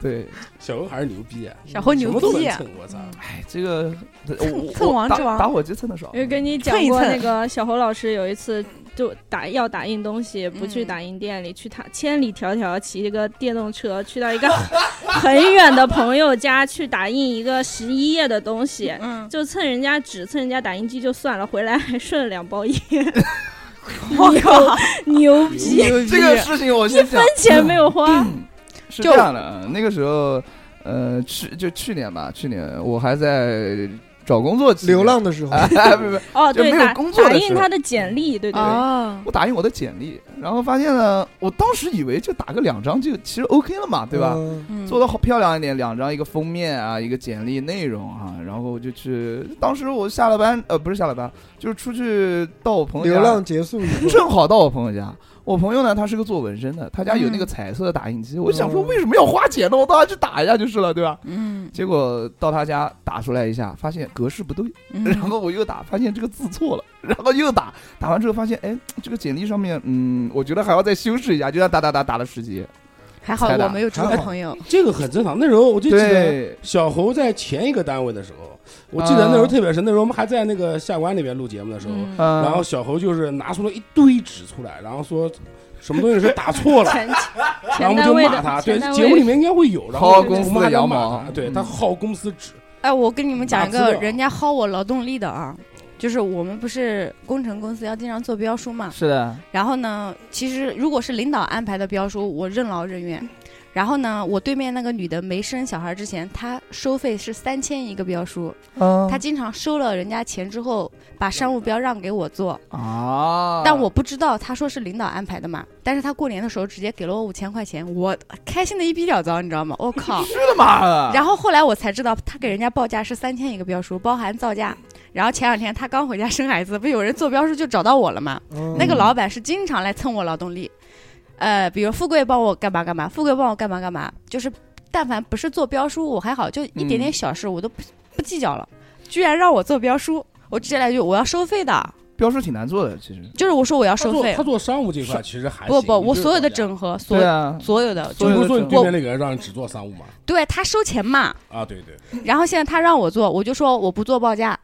对。
小欧还是牛逼啊，
小侯
什
牛
么都能
逼啊，
蹭，我操！
哎，这个我
蹭
我
王
打
之王
打火机蹭的少，
因为跟你讲
蹭一
过，
蹭
那个小侯老师有一次就打要打印东西，不去打印店里，去他千里迢迢骑一个电动车去到一个 很远的朋友家去打印一个十一页的东西，
嗯，
就蹭人家纸、蹭人家打印机就算了，回来还顺了两包烟，
我靠，
牛逼，
这个事情我先讲，
钱没有花，
是
就
这样的，那个时候，呃，去就去年吧，去年我还在找工作期间
流，浪的时候，
哎， 不不，
哦，
就
对，
没有
打
工作的
打
时
印
候
他的简历，对对对，
哦，
我打印我的简历，然后发现呢，我当时以为就打个两张就其实 OK 了嘛，对吧？
嗯
嗯
做的好漂亮一点，两张一个封面啊，一个简历内容啊，然后我就去，当时我下了班，呃，不是下了班，就是出去到我朋友家
流浪结束以 后，
正好到我朋友家，我朋友呢，他是个做纹身的，他家有那
嗯
个彩色的打印机，我想说
哦
为什么要花钱呢？我到他去打一下就是了，对吧？
嗯，
结果到他家打出来一下，发现格式不对，
嗯
然后我又打，发现这个字错了，然后又打，打完之后发现，哎，这个简历上面，嗯，我觉得还要再修饰一下，就这样打打打打了十几页。
还好
才打
我没有这种
还好
朋友，
这个很正常。那时候我就记得
对，
小侯在前一个单位的时候，我记得那时候特别深。那时候我们还在那个下关那边录节目的时候，
嗯，
啊嗯，
然后小侯就是拿出了一堆纸出来，然后说什么东西是打错了，
前
然后我
前
们
单
就
位
骂
的
他。对
前，单位
节目里面应该会有。然
薅
后
公司
我们还在
羊
骂
毛
他对
嗯
他薅公司纸，
哎，我跟你们讲一
哪知
个
道
人家薅我劳动力的啊，就是我们不是工程公司要经常做标书嘛，
是的，
然后呢，其实如果是领导安排的标书，我任劳任怨。然后呢，我对面那个女的没生小孩之前，她收费是三千一个标书，
嗯
她经常收了人家钱之后，把商务标让给我做，
啊，
但我不知道，她说是领导安排的嘛。但是她过年的时候直接给了我五千块钱，我开心的一逼了糟，你知道吗？我靠！
去他妈的，
然后后来我才知道，他给人家报价是三千一个标书，包含造价。然后前两天他刚回家生孩子，不有人做标书就找到我了吗？
嗯
那个老板是经常来蹭我劳动力，呃，比如富贵帮我干嘛干嘛，富贵帮我干嘛干嘛，就是但凡不是做标书，我还好，就一点点小事我都不、不计较了，居然让我做标书，我直接来一句我要收费的，
标识挺难做的，其实。
就是我说我要
他
收
做
费
他，做商务这块其实还
不
行
不，我
就是
所有的
吵架
整合，所
对啊，
所有的，
所
就
有的
不是说你
整
对面那个人让你只做商务嘛？
对他收钱嘛，
啊，对对，
然后现在他让我做，我就说我不做报价。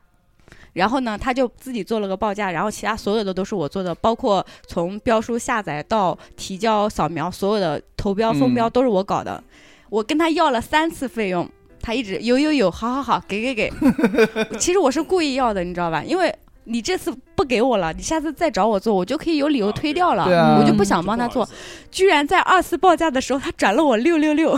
然后呢，他就自己做了个报价，然后其他所有的都是我做的，包括从标书下载到提交、扫描，所有的投标、封标
嗯
都是我搞的。我跟他要了三次费用，他一直有有有，好好好，给给给。其实我是故意要的，你知道吧？因为你这次不给我了，你下次再找我做，我就可以有理由
啊
推
对
掉了，
对啊
我就不想帮他
就不好
做
意。思
居然在二次报价的时候，他转了我六六六，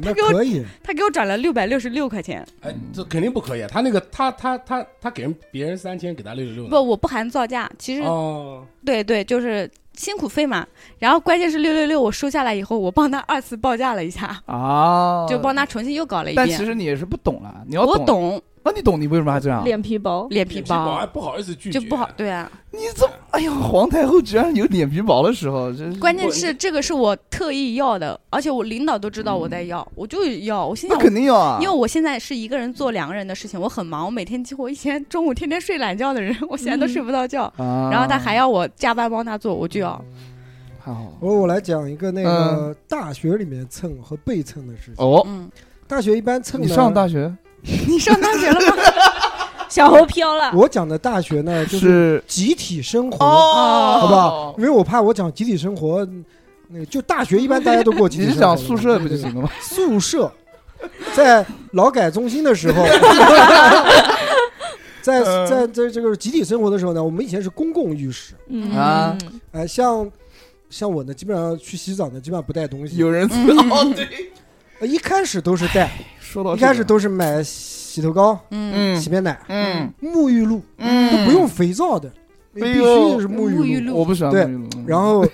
那可以，
他给我转了六百六十六块钱。
哎，这肯定不可以啊。他那个，他他他他给人别人三千，给他六六六。
不，我不含造价，其实、
哦，
对对，就是辛苦费嘛。然后关键是六六六，我收下来以后，我帮他二次报价了一下，
啊，
就帮他重新又搞了一
但其
遍。
实你也是不懂了，你要
我懂
那你懂，你为什么还这样？
脸皮薄，
脸皮薄，
还不好意思拒绝，
就不好。对啊，
你怎么？哎呀，皇太后居然有脸皮薄的时候，这
关键是这个是我特意要的，而且我领导都知道我在要，我就要。我心
那
想，
肯定要啊，
因为我现在是一个人做两个人的事情，我很忙，我每天几乎一天中午天天睡懒觉的人，我现在都睡不到觉。
啊，
然后他还要我加班帮他做，我就要。
还好
我我来讲一个那个大学里面蹭和被蹭的事情。
嗯哦。
嗯，
大学一般蹭
你
的，
上大学
你上大学了吗？
小侯飘了，
我讲的大学呢，就是
是
集体生活，
啊哦
好不好？因为我怕我讲集体生活，那个就大学一般大家都过集
你
体
是
上
讲
课的，
宿舍不就
对
行了吗？
宿舍，在劳改中心的 时候，在
嗯
在在这个集体生活的时候呢，我们以前是公共浴室，
嗯
啊
哎、像像我呢，基本上去洗澡呢，基本上不带东西，
有人
嗯
呃一开始都是带，
说到
一开始
这个
都是买洗头膏、
嗯，
嗯
洗面奶、
嗯
沐浴露，
嗯
都不用肥皂的，必
哎
须
呦
是沐
沐浴
浴露。
露
我不喜欢
对
沐浴露
然后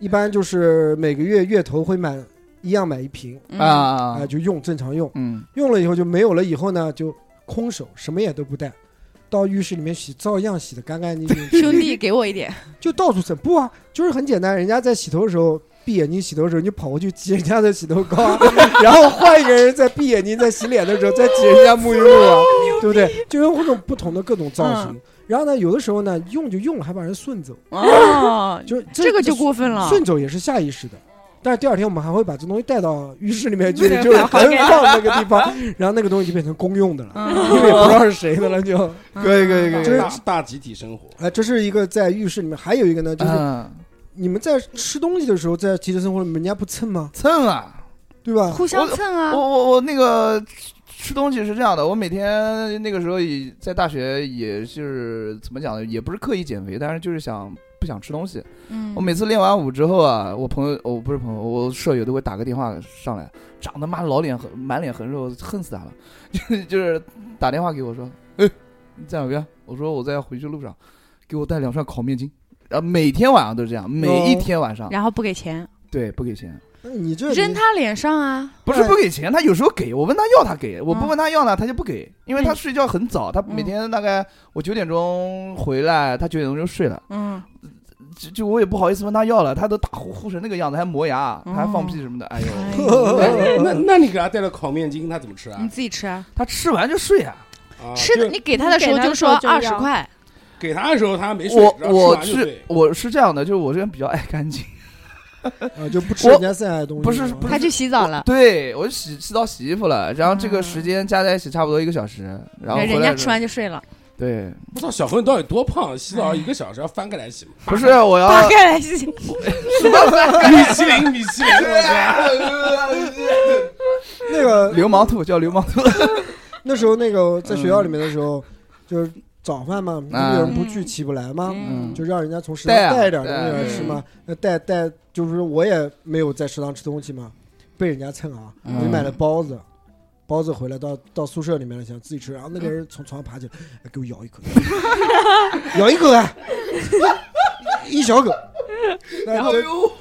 一般就是每个月月头会买一样买一瓶，
嗯，
啊、
啊，
就用正常用。
嗯
用了以后就没有了，以后呢就空手，什么也都不带，到浴室里面洗，照样洗的干干净净。
兄弟，给我一点，
就到处蹭，不啊，就是很简单，人家在洗头的时候。闭眼睛洗头的时候，你就跑过去挤人家的洗头 膏啊，然后换一个人在闭眼睛在洗脸的时候再挤人家沐浴 露啊，对不对？就用各种不同的各种造
嗯
型。然后呢，有的时候呢用就用了，还把人顺走，
哦，
就是
这个就过分了，
顺走也是下意识的。但是第二天我们还会把这东西带到浴室里面去，
对
就是横放那个地方，然后那个东西就变成公用的了，
嗯
因为也不知道是谁的了就。
可以可以可以
就是
大大集体生活，
哎，这是一个在浴室里面，还有一个呢，就是
嗯
你们在吃东西的时候，在集体生活里面，人家不蹭吗？
蹭啊。
对吧？
互相蹭啊
我，我我那个吃吃东西是这样的，我每天那个时候也在大学，也是怎么讲呢，也不是刻意减肥，但是就是想不想吃东西。
嗯
我每次练完舞之后啊，我朋友我、不是朋友，我舍友都会打个电话上来，长他妈老脸横满脸横肉，恨死他了， 就是就是打电话给我说，哎，你在哪边？我说我在回去路上，给我带两串烤面筋。然后每天晚上都是这样，每一天晚上，
哦然后不给钱，
对，不给钱。
那你这
扔他脸上啊，
不是不给钱，他有时候给我问他要，他给我不问他要
哦
呢，他就不给，因为他睡觉很
嗯
早，他每天大概我九点钟回来，他九点钟就睡了，
嗯，
就就我也不好意思问他要了，他都打呼呼成那个样子，还磨牙，
哦
还放屁什么的，哎呦，
哎那那你给他带了烤面筋，他怎么吃啊
嗯
你？自己吃啊，
他吃完就睡啊。
啊
吃的
就
你给他的时候就说
给他
二
的时
十
候就要
块，
给他的时候他没睡，
我
然后
我
吃完就是睡
我是这样的，就是我这人比较爱干净，
啊就不吃人家剩下的东西，
不是
吗
不是
他去洗澡了，
对我就洗洗澡洗衣服了，然后这个时间加在一起差不多一个小时，然后回
人
来
家
的时
吃
候
完就睡了，
对，
我操，小何你到底多胖？洗
哎
澡一个小时要翻开来洗吗？
不是我要
大概来洗，
米其林，米其林，我操！
那个
流氓兔叫流氓兔，
那时候那个在学校里面的时候，就是早饭嘛，有
嗯啊
人不去起不来吗？
嗯
就让人家从食堂
带啊
带一点东
带
西来
啊
吃嘛。那带带就是我也没有在食堂吃东西嘛，被人家蹭啊。
嗯
我就买了包子，包子回来到到宿舍里面了，想自己吃，然后那个人从床上爬起来，哎给我咬 一口，咬一口啊，一小口。然后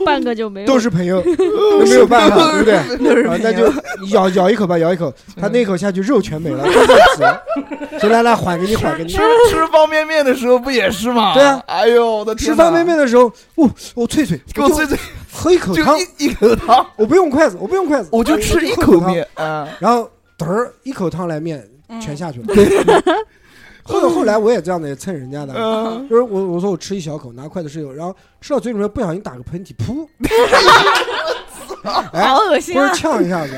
半个就没有，
都是朋友，那没有办法，对不对？啊，那就咬咬一口吧，咬一口，他那一口下去肉 全没了，就这样子。谁来来缓给你，缓给你
吃。吃方便面的时候不也是吗？
对啊
哎呦我的天！
吃方便，面的时候，哦，我脆脆，
给我啐啐，
喝一口汤，
就一一口汤，
我不用筷子，我不用筷子，
我就吃一口 面啊。
然后嘚儿一口汤来面
嗯
全下去了。 后来后来我也这样的，也蹭人家的，
嗯
就是我我说我吃一小口，拿筷子吃一口，然后吃到嘴里面不小心打个喷嚏，噗，
好恶心
不是
啊，哦
呛一下 子，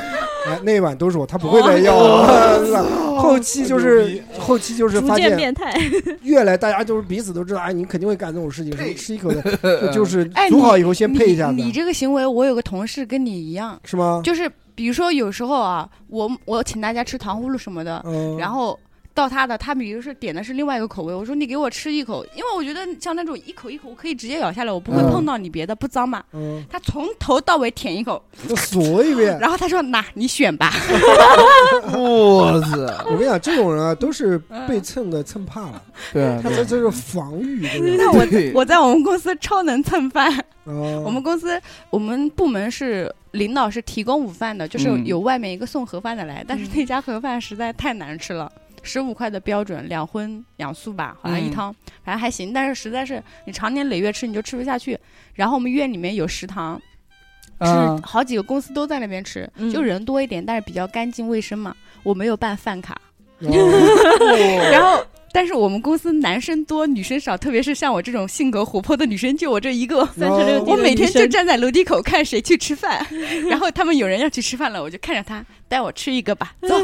哎，那一碗都是我，他不会再要了。 是吧后期就是后期就是
逐
发
渐
现，
变态。
越来大家就是彼此都知道，哎，你肯定会干这种事情，什么吃一口 的，就是
哎
煮好以后先配一下子
你，你这个行为，我有个同事跟你一样，
是吗？
就是比如说有时候啊，我我请大家吃糖葫芦什么的，
嗯，
然后到他的，他比如是点的是另外一个口味，我说你给我吃一口，因为我觉得像那种一口一口我可以直接咬下来，我不会
嗯
碰到你别的，不脏嘛。
嗯，
他从头到尾舔一口，
我嗦一
嗯
遍。
然后他说：“那你 选吧。
我操！
我跟你讲，这种人啊，都是
嗯
被蹭的蹭怕了，
对啊
他，这这是防御，真的
那我
对
我在我们公司超能蹭饭，
嗯
我们公司我们部门是领导是提供午饭的，就是
嗯
有外面一个送盒饭的来，但是那家盒饭实在太难吃了。十五块的标准，两荤两素吧，好像一
嗯
汤，反正还行。但是实在是你常年累月吃，你就吃不下去。然后我们院里面有食堂，
啊
是好几个公司都在那边吃，
嗯
就人多一点，但是比较干净卫生嘛。我没有办饭卡，
嗯
哦
然后但是我们公司男生多，女生少，特别是像我这种性格活泼的女生，就我这一个，
三 十六
哦
我每天就站在楼梯口看谁去吃 饭，然后他们有人要去吃饭了，我就看着他带我吃一个 吧，走，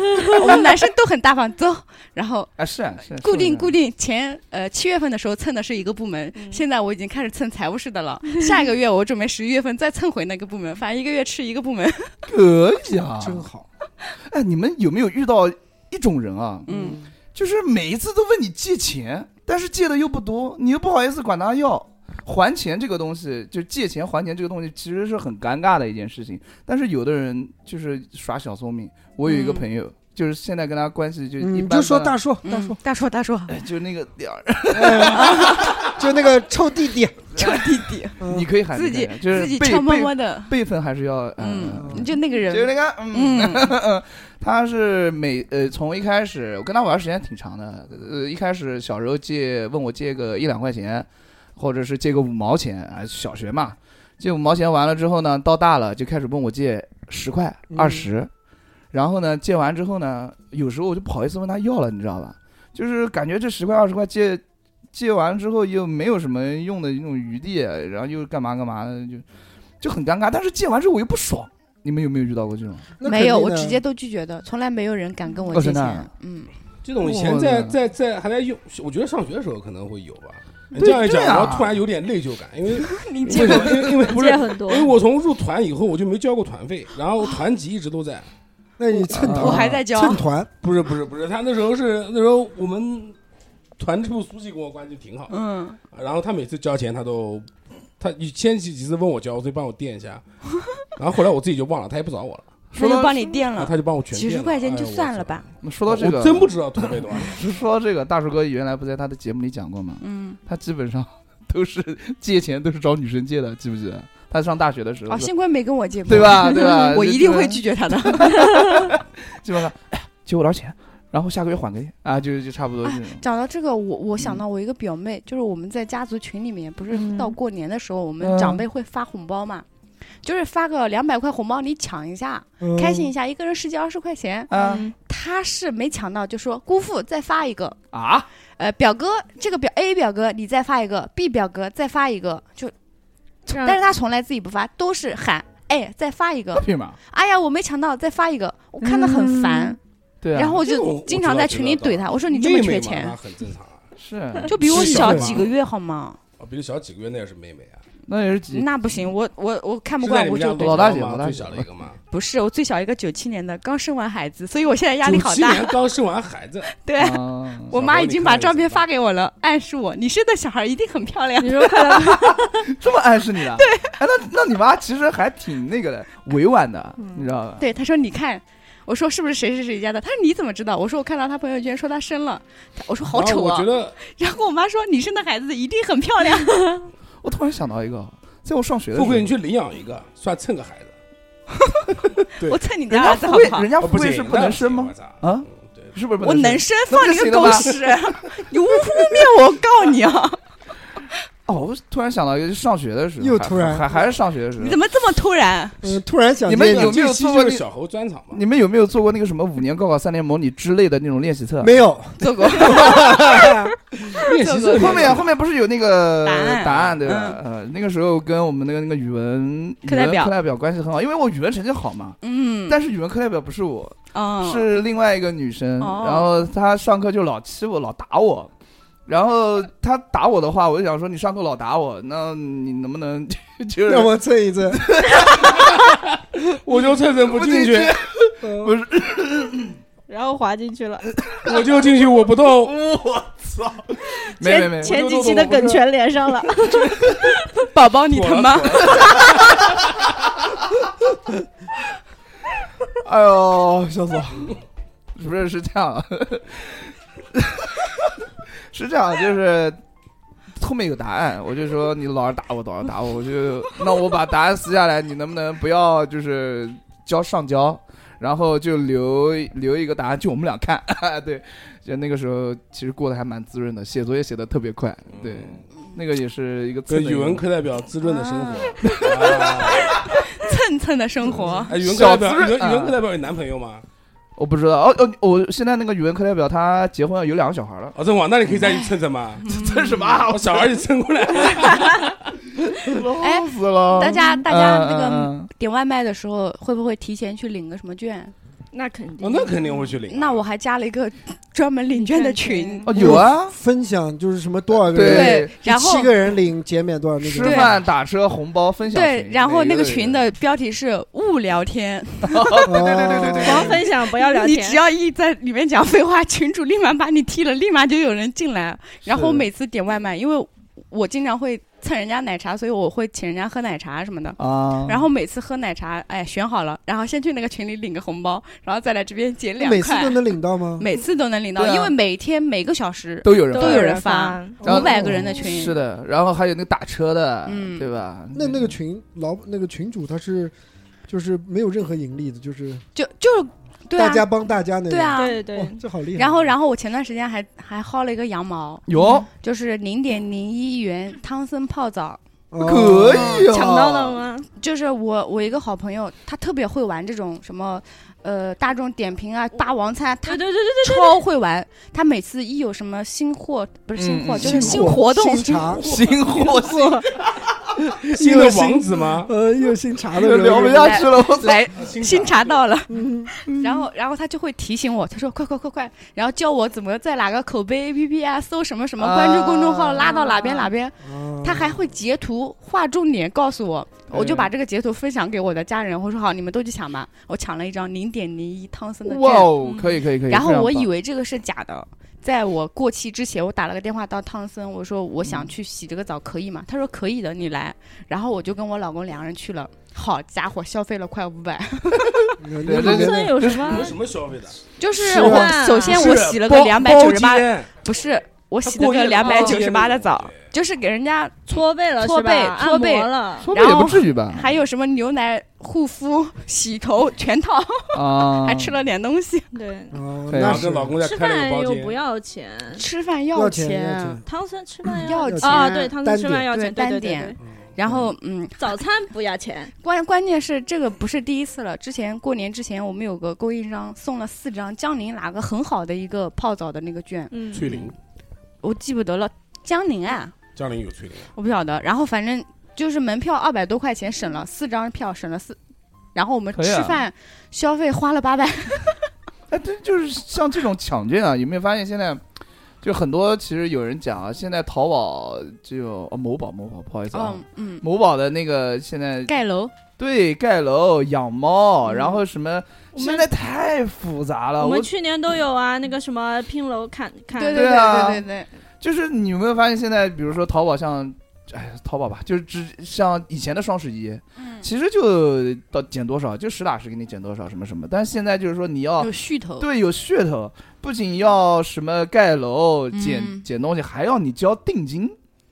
我们男生都很大方，走，然后
啊，是啊，是啊
固定固
定，
定前呃七月份的时候蹭的是一个部门，现在我已经开始蹭财务室的了，下个月我准备十一月份再蹭回那个部门，反正一个月吃一个部门，
可以啊，
真好。
哎，你们有没有遇到一种人啊？
嗯，
就是每一次都问你借钱，但是借的又不多，你又不好意思管他要。还钱这个东西，就借钱还钱这个东西，其实是很尴尬的一件事情。但是有的人就是耍小聪明。我有一个
嗯
朋友，就是现在跟他关系就一
嗯，
般般了，
就说大叔，大叔，
嗯大叔大叔，
哎，就那个点儿，
就那个臭弟弟，
臭弟弟，
嗯
你可以喊
自
这个
己
人就
自
是
己
辈
悄摸摸
辈
的，
辈分还是要
嗯，
嗯
你就那个
就是那
人，
个，嗯，
嗯，
他是每呃从一开始，我跟他玩的时间挺长的，呃一开始小时候借问我借个一两块钱，或者是借个五毛钱，啊小学嘛，借五毛钱完了之后呢，到大了就开始问我借十块、
嗯
二十，然后呢借完之后呢，有时候我就不好意思问他要了，你知道吧？就是感觉这十块二十块借。借完之后又没有什么用的那种余地，然后又干嘛干嘛的，就就很尴尬。但是借完之后我又不爽，你们有没有遇到过这种？
那
没有，
肯
我
定的
直接都拒绝的，从来没有人敢跟我
哦
借
真的
钱
啊，
嗯，
这种以前在
哇
在在还在用，我觉得上学的时候可能会有吧。你
对
这样一讲，
对啊
我突然有点内疚感，因为
你
为什么？因为因为不是
借，很多
因，为我从入团以后我就没交过团费，然后团级一直都在。
那你蹭
啊
我
团，
还在教，
蹭团，
不是不是不是，他那时候是那时候我们团支部书记跟我关系挺好，
嗯，
然后他每次交钱他都，他你先几几次问我交，所以帮我垫一下， 然后后来我自己就忘了，他也不找我了，
那
说
就
到
帮你垫
然后
了，
他就帮我全
嗯几
垫
十
了
块钱就
哎呦
算
我
了
操
吧，
说到这个，
我真不知道团费多少钱。
说到这个，大叔哥原来不在他的节目里讲过吗？
嗯，
他基本上 都是借钱都是找女生借的，记不记得？他上大学的时候，
哦，幸亏没跟我借过，？
对？吧？对吧
我一定会
基
拒绝他的。
基本上哎借我点钱，然后下个月还给你啊，就就差不多这种。
讲到这个，我我想到我一个表妹，就是我们在家族群里面，不是
嗯
到过年的时候，我们
嗯
长辈会发红包嘛，就是发个两百块红包，你抢一下，
嗯
开心一。下，一个人十几二十块钱。
啊
嗯
她是没抢到，就说姑父再发一个，
啊！
呃，表哥这个表 A 表哥你再发一个，B 表哥再发一个，就，
这
但
样
是她从来自己不发，都是喊。哎，再发一个！
为什么？
哎呀，我没抢到，再发一个！我看的很烦，
对啊，
然后我
这个我
就经常在群里
我知道
怼他，我说 你这
妹
么
妹
缺
嘛，
钱
那，很正常啊，
是
就比我
是
小
的
几个月好吗？
啊比你小几个月那也是妹妹啊，
那也是几
那不行，我我我看不
是在
惯，
你
我
们家
就
最
老大姐
小的
老
吗
大
最
姐
小的一个嘛，
不是我最小一个九七年的，刚生完孩子，所以我现在 压力
九
好
七
大
年。刚生完孩子，
对、
啊
我妈已经把照片发给我了，暗示我你生的小孩一定很漂亮。
你说快乐，
这么暗示你的？对，哎，那那你妈其实还挺那个的，委婉的，你知道吧？
嗯对，她说你看，我说是不是谁谁谁家的？她说你怎么知道？我说我看到她朋友圈说她生了，她我说 好
然后
丑
我
啊
觉。得
然后我妈说你生的孩子一定很漂亮。
我突然想到一个，在我上学的时
富
候，
贵你去领养一个，算蹭个孩子。对
我蹭你
人
家
家
儿子
富
好
贵
不好？
人家
哦
富贵是
行
不能生吗？？啊
那不行我操嗯对
是不是不
我
能
能
生？
生，
那不就
放你个
行了
狗
吗
屎！ 你污污蔑我，我告你啊！
哦，我突然想到一个，就上学的时候，
又
还
突然
还还是上学的时候
你，怎么这么突然？
嗯，突然想
你们
见
有没有
这期
做过
就是
那
小猴专场嘛？
你们有没有做过那个什么五年高考三年模拟之类的那种练习册？
没有？
做过。
练习
这
册
个
后面后面不是有那个
答案嗯
答案对吧？呃，那个时候跟我们那个那个语文语
课代
文
表
课代表关系很好，因为我语文成绩好嘛。
嗯，
但是语文课代表不是我，
哦
是另外一个女生。
哦
然后她上课就老欺负我，老打我。然后她打我的话，我就想说你上课老打我，那你能不能就是
让我蹭 一蹭。
我就蹭蹭不进去，
嗯
不是
然后滑进去了。
我就进去，我不 动。
我操！没没
前
没，
前几期的梗全连上了，
宝宝你
妥
他
了
妈！
妥了
哎呦，笑死我！不是是这样， 是这样，就是后面有答案，我就说你老是打我，老是打我，我就那我把答案撕下来，你能不能不要就是交上交，然后就留留一个答案，就我们俩看。 对，就那个时候其实过得还蛮滋润的，写作业写的特别快，对，那个也是一个
嗯跟
蹭的一
语文
个
课代表滋润的生活。啊
蹭蹭的生活，
哎，语文课代
小
表，
滋
语文
润
语文
啊
课代表有男朋友吗？
我不知道。哦哦，我现在那个语文课代表他结婚了，有两个小孩了。
哦，真王，那你可以再去蹭蹭嘛，嗯
这什么啊？
把小孩儿也蹭过来。
哎
我死了！
大家大家那个
嗯嗯嗯嗯
点外卖的时候，会不会提前去领个什么券？
那肯定。
哦，那肯定会去领。
那我还加了一个 专门领券的群
领券群，
哦有啊，
分享就是什么多少个
对
人，
对，然后
七个人领减免多少那
吃
个，
饭、打车、红包分享群。
对，然后
每
那
个
个
人
群的标题是“勿聊天
对对对对
光分享不要聊”，
你
天，
只要一在里面讲废话，群主立马把你踢了，立马就有人进来。然后我
是
每次点外卖，因为我经常会蹭人家奶茶，所以我会请人家喝奶茶什么的。
啊，
然后每次喝奶茶，哎，选好了，然后先去那个群里领个红包，然后再来这边捡两块，
每次都能领到吗？
每次都能领到，
对啊
因为每天每个小时
都有人
都
发
有人
发
发，
然后
五百个人的群，
嗯是的，然后还有那个打车的，
嗯
对吧？
那那个群老那个群主他是就是没有任何盈利的，就是
就就对啊
大，家帮大家那种。
对啊
对对
哇，这好厉害。
然后然后我前段时间还还薅了一个羊毛，
哦
有
就是零点零一元汤森泡澡，
哦
可以啊，
抢到了？吗？
就是我我一个好朋友，他特别会玩这种什么。呃，大众点评啊，霸王餐，
对
他
对对对
超会玩。他每次一有什么新货，不是新
嗯
货，
嗯
哦就是
新
新活动，
新 茶，
新货新
啊
新的王子吗？
呃，又新茶的
的
人
聊不下去了，我操！
来新茶到了，
嗯，
然后，然后他就会提醒我，他说：“快快快快！”然后教我怎么在哪个口碑 APP 啊，搜什么什么，关注公众号，
啊
拉到哪边哪边。
啊
他还会截图画重点告诉我，我就把这个截图分享给我的家人，我说：“好，你们都去抢吧。”我抢了一张零点零一汤森的
哇
券，
哦，可以可以可以。
然后
非常
我
棒
以为这个是假的。在我过期之前，我打了个电话到汤森，我说
嗯
我想去洗这个澡，可以吗？他说可以的，你来。然后我就跟我老公两个人去了，好家伙，消费了快五百。
那
对
里
对，
对
面
村
的
有什么
有？什么消费的？
就是
是
我
啊
首先
是
我洗了个
包
两百
包
九十八，
间
不是我
他
洗了
过夜哦
个
的
两百
包
九
间
十
那
八的
种
澡，就是给人家，
搓背了
搓
是吧
背
按
搓背
摩了，
说不定
然
也
后
不至于吧？
还有什么牛奶护肤、洗头全套，
啊，
还吃了点东西。
对，
哦，
对啊
然
那
后
是
跟老公再
吃
开了
饭
个包
又不
间。
要钱，
吃饭
要钱要
钱啊
钱，，
唐僧吃饭
嗯要
钱
钱
嗯啊，对，唐僧
单
吃饭
点
要钱，对
对
对
单
对对
点，然后嗯，
早餐不要钱，
关关键是这个不是第一次了，之前过年之前我们有个供应商送了四张江宁哪个很好的一个泡澡的那个券，
嗯，
翠玲，
我记不得了，江宁啊，
江玲有翠玲，
我不晓得。然后反正就是门票二百多块钱省了，四张票省了四，然后我们
可以啊
吃饭、消费花了八百。
哎，对，就是像这种抢券啊，有没有发现现在？就很多，其实有人讲啊，现在淘宝就、哦、某宝某宝，不好意思
哦
啊，
嗯嗯，
某宝的那个现在
盖楼，
对盖楼、养猫，
嗯
然后什么，
我们
现在太复杂了。
我
我
们去年都有啊，那个什么拼楼砍砍，
对
对
对
啊
对对
就是你有没有发现现在，比如说淘宝像，哎，淘宝吧，就是只像以前的双十一，
嗯，
其实就到减多少，就实打实给你减多少什么什么。但是现在就是说你要
有噱
哦
头，
对有噱头，不仅要什么盖楼、减
嗯
减东西，还要你交定金。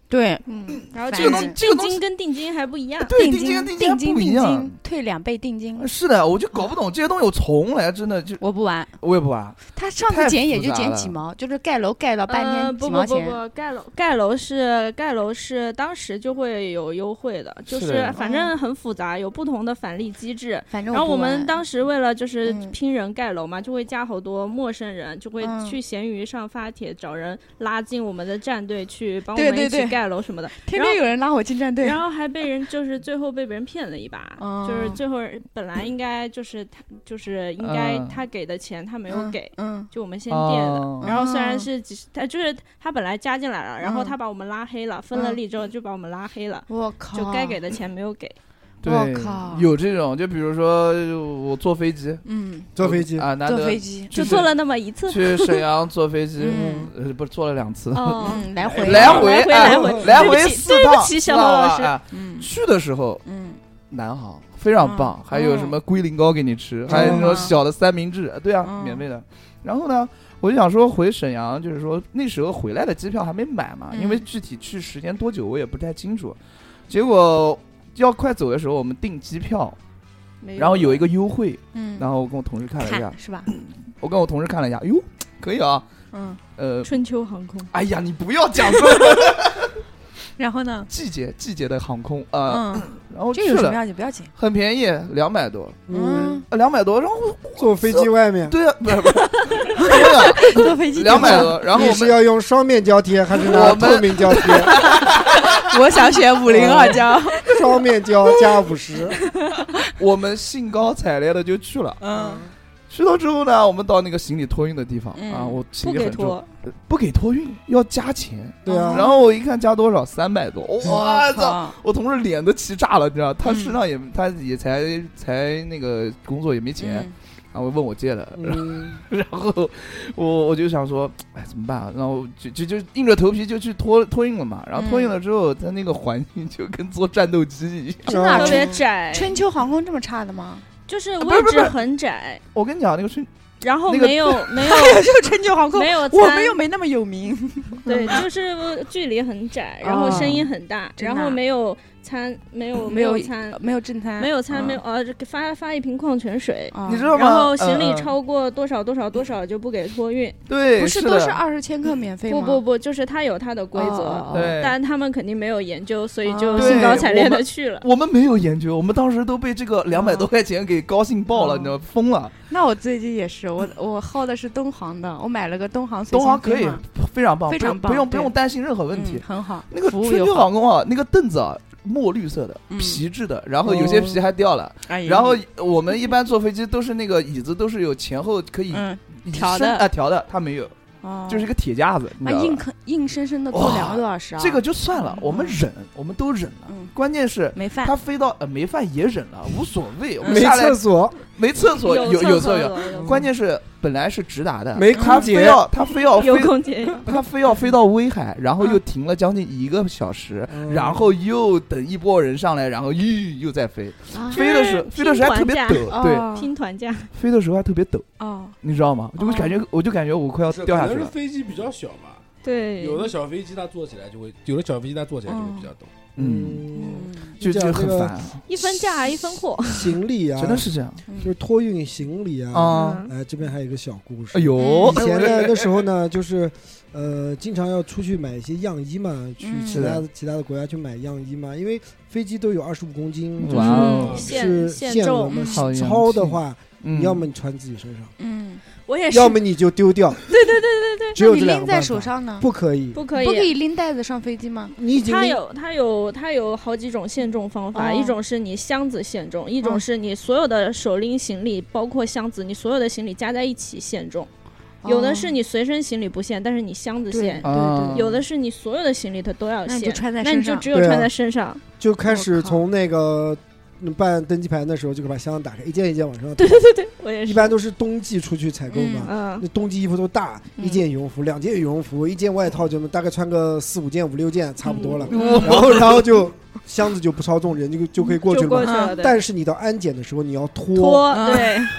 对，
嗯，然后
这
这
个
个
东西
这个
定
东西
金跟定金还不一样，
对，定
定
金
金
跟定
定
还不一
定
样
金。退两倍定金，
是的，我就搞不懂这些东西，我从来真的就
我不玩。
我也不玩。
他上
太
次减也
复
就
杂
减
了
几毛，就是盖楼盖啊到半
呃，
天
不
几
不
毛
不
钱。
不，盖楼盖楼是盖楼是当时就会有优惠的，就是
的
是反
哦
正很复杂，有不同的返利机制。
反正
然后
我
我
不玩
们当时为了就是
嗯
拼人盖楼嘛，就会加好多陌生人，就会
嗯
去闲鱼上发帖找人拉进我们的战队去帮我
对
们
对
一起
对
盖楼什么的。
天
然
天
后
有人拉我进战队
然，后还被人就是最后被别人骗了一把，
哦
就是最后人本来应该就是他就是应该
嗯
他给的钱他没
没
有给，
嗯，
就我们先垫嗯的。
哦
然后虽然
哦
是几十，他就是他本来加进来了，然后
嗯
他把我们拉黑了，分了
嗯
利之后就把我们拉黑了，
我靠，
就该给的钱没有给。
我
对，
靠
有这种，就比如说我坐飞机，
嗯，
坐飞机，
啊，难
坐
得
飞机，
去
就做了那么一次，
去沈阳坐飞机，
嗯
呃，不是坐了两次，
哦，
嗯，来回
来
啊
回
来回
啊
来
回
来
对
回
不起
四
对不
趟
起
四
小
趟
何老
吧
师
啊
嗯
去的时候
嗯，
南航非常棒，
嗯
还有什么龟苓膏给你吃，还有那种
嗯
小的三明治，对啊，
嗯
免费的。然后呢，我就想说回沈阳，就是说那时候回来的机票还没买嘛，
嗯
因为具体去时间多久我也不太清楚。结果要快走的时候，我们订机票，
没
然后有一个优惠，
哎嗯，
然后我跟我同事看了一下
看，是吧？
我跟我同事看了一下，哟，可以啊，
嗯，
呃，
春秋航空，
哎呀，你不要讲这个。
然后呢？
季节季节的航空啊，
嗯，
然后
这
去
有什么
了，
要紧？不要紧。
很便宜，两百多，呃
嗯，
嗯，
两百多，然后
坐飞机外面，
对啊，不是不是，对啊，
坐飞机
两百多，然后
你
我
是
们
要用双面胶贴还是
我
拿
们
透明胶贴？
我想 选五零二胶。
双面胶加五十，
我们兴高采烈的就去了，
嗯
去了之后呢，我们到那个行李托运的地方
嗯
啊，我行李
不给
很重，
拖，
不给托运，要加钱。
对啊，
然后我一看加多少，三百多，我操！
嗯靠！
我同事脸都气炸了，你知道，他
嗯
身上也他也才才那个工作也没钱，
嗯
然后问我借的，
嗯，
然后我我就想说，哎，怎么办啊？然后就就就硬着头皮就去托托运了嘛。然后托运了之后，他那个环境就跟坐战斗机一样。
真
嗯啊
特别窄，
春秋航空这么差的吗？
就是
不是
位
不是
置很窄，
我跟你讲，那个是
然后
那个
没有没有
还有就是春秋航空
没，有
我
餐
们又没那么有名。
对，就是距离很窄，然
哦
后声音很大，
真
然
的啊
后没有餐，没有
没有呃
有餐，
没有正餐，
没有餐，
嗯
没有呃，这个发发一瓶矿泉水，
啊
啊你知道吗？
然后行
嗯
李
嗯
超过多少多少多少就不给托运。
对，
不是
的
都是二十千克免费吗？
不不不，就是它有它的规
哦
则，
对。
但他们肯定没有研究，所以就
哦
兴高采烈
对我
的去了。
我们没有研究，我们当时都被这个两百
哦
多块钱给高兴爆了，
哦
你知道吗，疯了。
那我最近也是，我我薅的是东航的，我买了个东航随
东
心
航
飞
可以
嘛，
非常棒，
非常棒
不用不用不
对
用担心任何问题
嗯。很好，
那个
服务
春
又
秋
好
航，空啊，那个凳子啊，墨绿色的，
嗯
皮质的，然后有些皮还掉了。
哎呀
然后我们一般坐飞机都是那个椅子都是有前后可以
嗯，
以
调
身
的
啊调的，它没有，
哦
就是一个铁架子，你
啊
知道
硬
吧？
坑硬生生的坐两
哇
个多小时啊，
这个就算了，我们忍，我们都忍了。
嗯
关键是
没饭
它飞到呃没饭也忍了，无所谓。我们
没
下来
厕所，
没厕所有
有
厕
所
所，关键是本来是直达的，嗯
没
他
空
非
姐，
要他非要
有
飞啊
空间，
他非要飞到威海，然
嗯
后又停了将近一个小时，
嗯
然后又等一波人上来，然后又又再飞，
啊
飞的时候
就是
飞的时候还特别抖，对，
哦
拼团价，
飞的时候还特别抖，
哦，
你知道吗？我就感觉我就感觉我快要
是
哦掉下
可
去
能
了
是。飞机比较小嘛，
对，
有的小飞机它坐起来就会，有的小飞机它坐起来就会比较陡。
嗯，
嗯，
嗯
就就
就讲
很
这个
烦，
一分价一分货，
行李啊，
真的是这样
就是托运行李啊。
嗯
啊！
哎，这边还有一个小故事
哎。呦
以，前的那时候呢，就是，呃，经常要出去买一些样衣嘛，去
嗯
其
是的
他的其他的国家去买样衣嘛，因为飞机都有二十五公斤，就
哇哦
嗯
是
现现
限额
重
嘛，
嗯
好洋
超的
气，
话，
嗯
你要么你穿自己身上，
嗯，
我也是
要么你就丢掉。对对对对对，只
那
有
你
这两
拎
个
在
办
手
法，
上呢？
不可以，
不可
不可
以。
以拎袋子上飞机吗？
你已经
它
拎
有它有它有好几种限重方法，
哦
一种是你箱子限重，一种
嗯
是你所有的手拎行李，包括箱子，你所有的行李加在一起限重。有的是
哦
你随身行李不限，但是你箱子
对
限；
哦
啊
对对
有的是你所有的行李它都要
那你
限
就，穿在
那你
身
就
上，
只有
对啊
穿在身 上。
就开始
我靠
从那个嗯办登机牌的时候，就把箱子打开，一件一件往上。
对对对对，我也
一
是。
般都是冬季出去采购嘛，
嗯，
那冬季衣服都大，
嗯
一件羽绒服，两件羽绒服，一件外套就能大概穿个四五件、五六件，差不多
嗯
嗯
了。然后，然后就箱子就不超重，人就就可以过去
就过
了嘛。嗯
去
嘛
了，对
但是你到安检的时候，你要拖，
嗯脱对，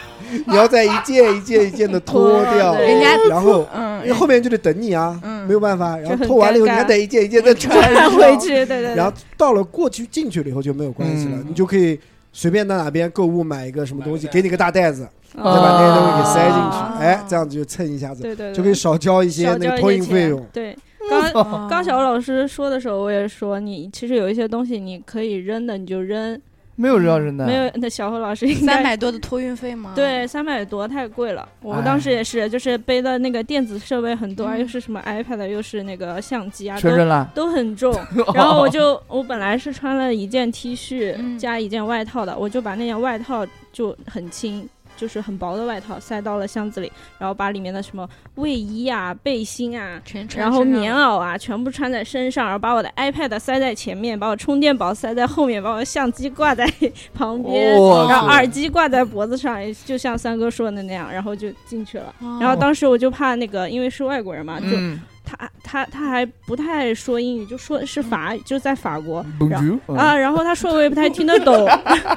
你要再一件一件一件的脱
脱
掉，
对
人家
然后
嗯，
因为后面就得等你啊，
嗯
没有办法。然
就
后
很
脱完了以后，
尴
你
尬嗯
还得一件一件再穿
穿
上
回去，对对对。
然后到了过去进去了以后就没有关系了，
嗯
你就可以随便到哪边购物买一个什么东西，给你个大袋子，
再
再把那些东西给塞进
啊
去，哎，这样子就蹭一下子，
嗯对对对，
就可以少交一些
少
那
交
个
一
托
些
运费
钱
用。
对，刚
哦
刚小欧老师说的时候，我也说，你其实有一些东西你可以扔的，你就扔。
没有人要
嗯
扔的，
没有，那小何老师应
三
该
百多的托运费吗？
对，三百多太贵了。我
哎
们
哎
当时也是，就是背的那个电子设备很多，
嗯
又是什么 iPad，又是那个相机 啊，
全
都
扔了。
都很 重。然后我就我本来是穿了一件 T 恤
嗯
加一件外套的，我就把那件外套就很轻。就是很薄的外套塞到了箱子里，然后把里面的什么卫衣啊、背心啊，
全穿
然后
身上
棉
了
袄啊，全部穿在身上，然后把我的 iPad 塞在前面，把我充电宝塞在后面，把我相机挂在 旁边，
哇
然后
塞
耳机挂在脖子上，就像三哥说的那样，然后就进去了。
哦
然后当时我就怕那个，因为是外国人嘛，就
嗯
他他他还不太说英语，就说是法语，就在法国。然后
，Bonjour，嗯
啊，然后他说我也不太听得懂，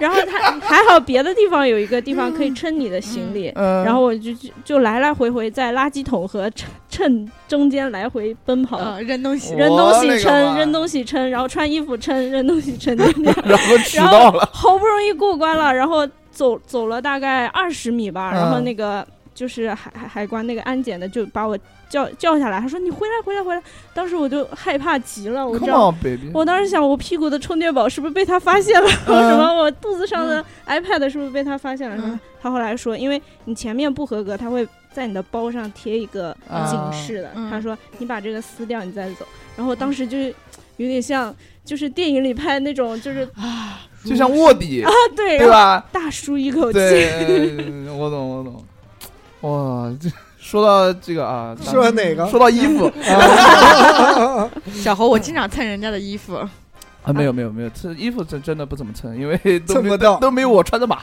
然后他还好别的地方有一个地方可以称你的行李，
嗯
然后我就就就来来回回在垃圾桶和秤秤中间来回奔跑，
呃扔东西
嗯我
扔东
勒
西
个妈
称，扔东西称，然后穿衣服称，扔东西 称，就那样
然后 迟
然
到
后
了，
好不容易过关了，然后走走了大概二十米吧，
嗯
然后那个就是海海海关那个安检的就把我叫叫下来，他说你回来回来回来，当时我就害怕极了，我知道
Come on baby，
我当时想，我屁股的充电宝是不是被他发现了？
嗯
我 什么？我肚子上的 iPad 是不是被他发现了？他后来说，因为你前面不合格，他会在你的包上贴一个
啊
警示的。
嗯
他说你把这个撕掉，你再走。然后我当时就是有点像，就是电影里拍那种，就是啊
就像卧底，对
对，然后
吧？
大舒一口气。
对，哎我懂我懂。哇，这说到这个啊，
说到哪个？
说到衣服
小侯，我经常蹭人家的衣服，
啊，没有没有没有，这衣服真真的不怎么称，因为都
蹭
没
不到嗯
都没有我穿的码。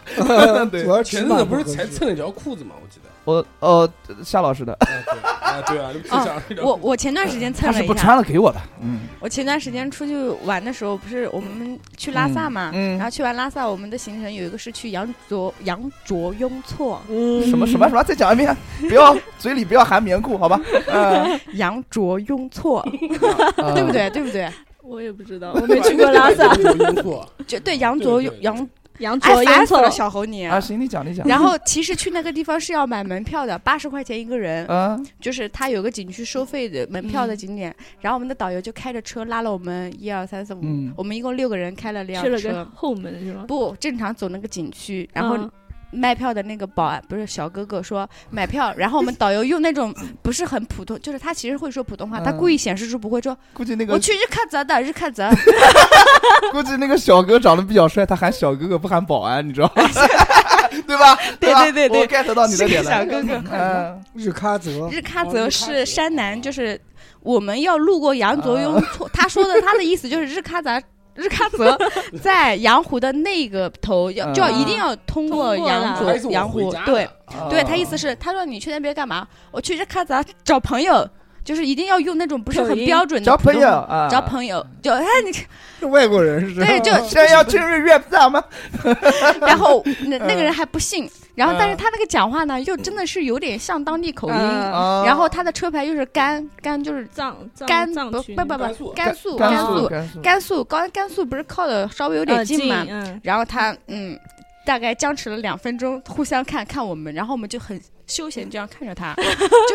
对
主，要
前
尺
阵
码
子不是
合
才
适
蹭了一条裤子吗？我记得。
我呃夏老师的，
啊对啊，对啊，你不是想那条
我我前段时间蹭
他
了
是
一
不
下，
穿了给我的。嗯
我前段时间出去玩的时候，不是我们去拉萨嘛，
嗯嗯
然后去完拉萨，我们的行程有一个是去羊卓羊卓雍措，
嗯
什么什么什么？再讲一遍，不要嘴里不要含棉裤， 好吧？嗯，
羊卓雍措， 对
对
不？对？对不对？
我也不 知道，我没去过拉萨。
有用过，
就对羊卓
对对
雍
对
羊，
羊
哎
卓
烦
羊
死
错
了，小侯你。
啊，行，你讲你讲。
然后其实去那个地方是要买门票的，八十块钱一个人，
嗯，
就是它有个景区收费的门票的景点。然后我们的导游就开着车拉了我们一二三四五，
嗯
我们一共六个人开了辆
去了个
车。
后门是吗？
不正常走那个景区，然后
嗯
卖票的那个保安不是小哥哥说买票，然后我们导游用那种 不是很普通，就是他其实会说普通话，
嗯
他故意显示出不会说，
估计那
我
个
去日喀则的日喀则，
估计那个小哥长得比较帅，他喊小哥哥不喊保安，你知道 吗？对吧？
对
吧
对对对
我 get 到你的点了。
是个小哥哥
嗯，
日喀则，
日喀则是山南，就是我们要路过羊卓雍措，他说的他的意思就是日喀则。日喀则在羊湖的那个头，要就要
嗯
一定要通过
通过
羊
了
卓
还是我
羊
回
湖
家，
对
的，
啊哦
对他意思是，他说你去那边干嘛？我去日喀则找朋友，就是一定要用那种不是
口
很
音
标准的
交朋
普
友
通话
啊，
找朋友，就哎你，
是外国人是吧？
对就
现在要去日月赞吗？
然后那那个人还不信，然后
嗯
但是他那个讲话呢，又真的是有点像当地口音，
嗯
啊
然后他的车牌又是甘甘就是
藏藏
甘
藏
不
区
不
那
不
边
不
边
甘肃
甘
甘
肃
肃
甘肃，
甘肃高甘肃不是靠的稍微有
呃
点近嘛，
嗯，
然后他嗯大概僵持了两分钟，互相看看我们，然后我们就很休闲这样看着 他，就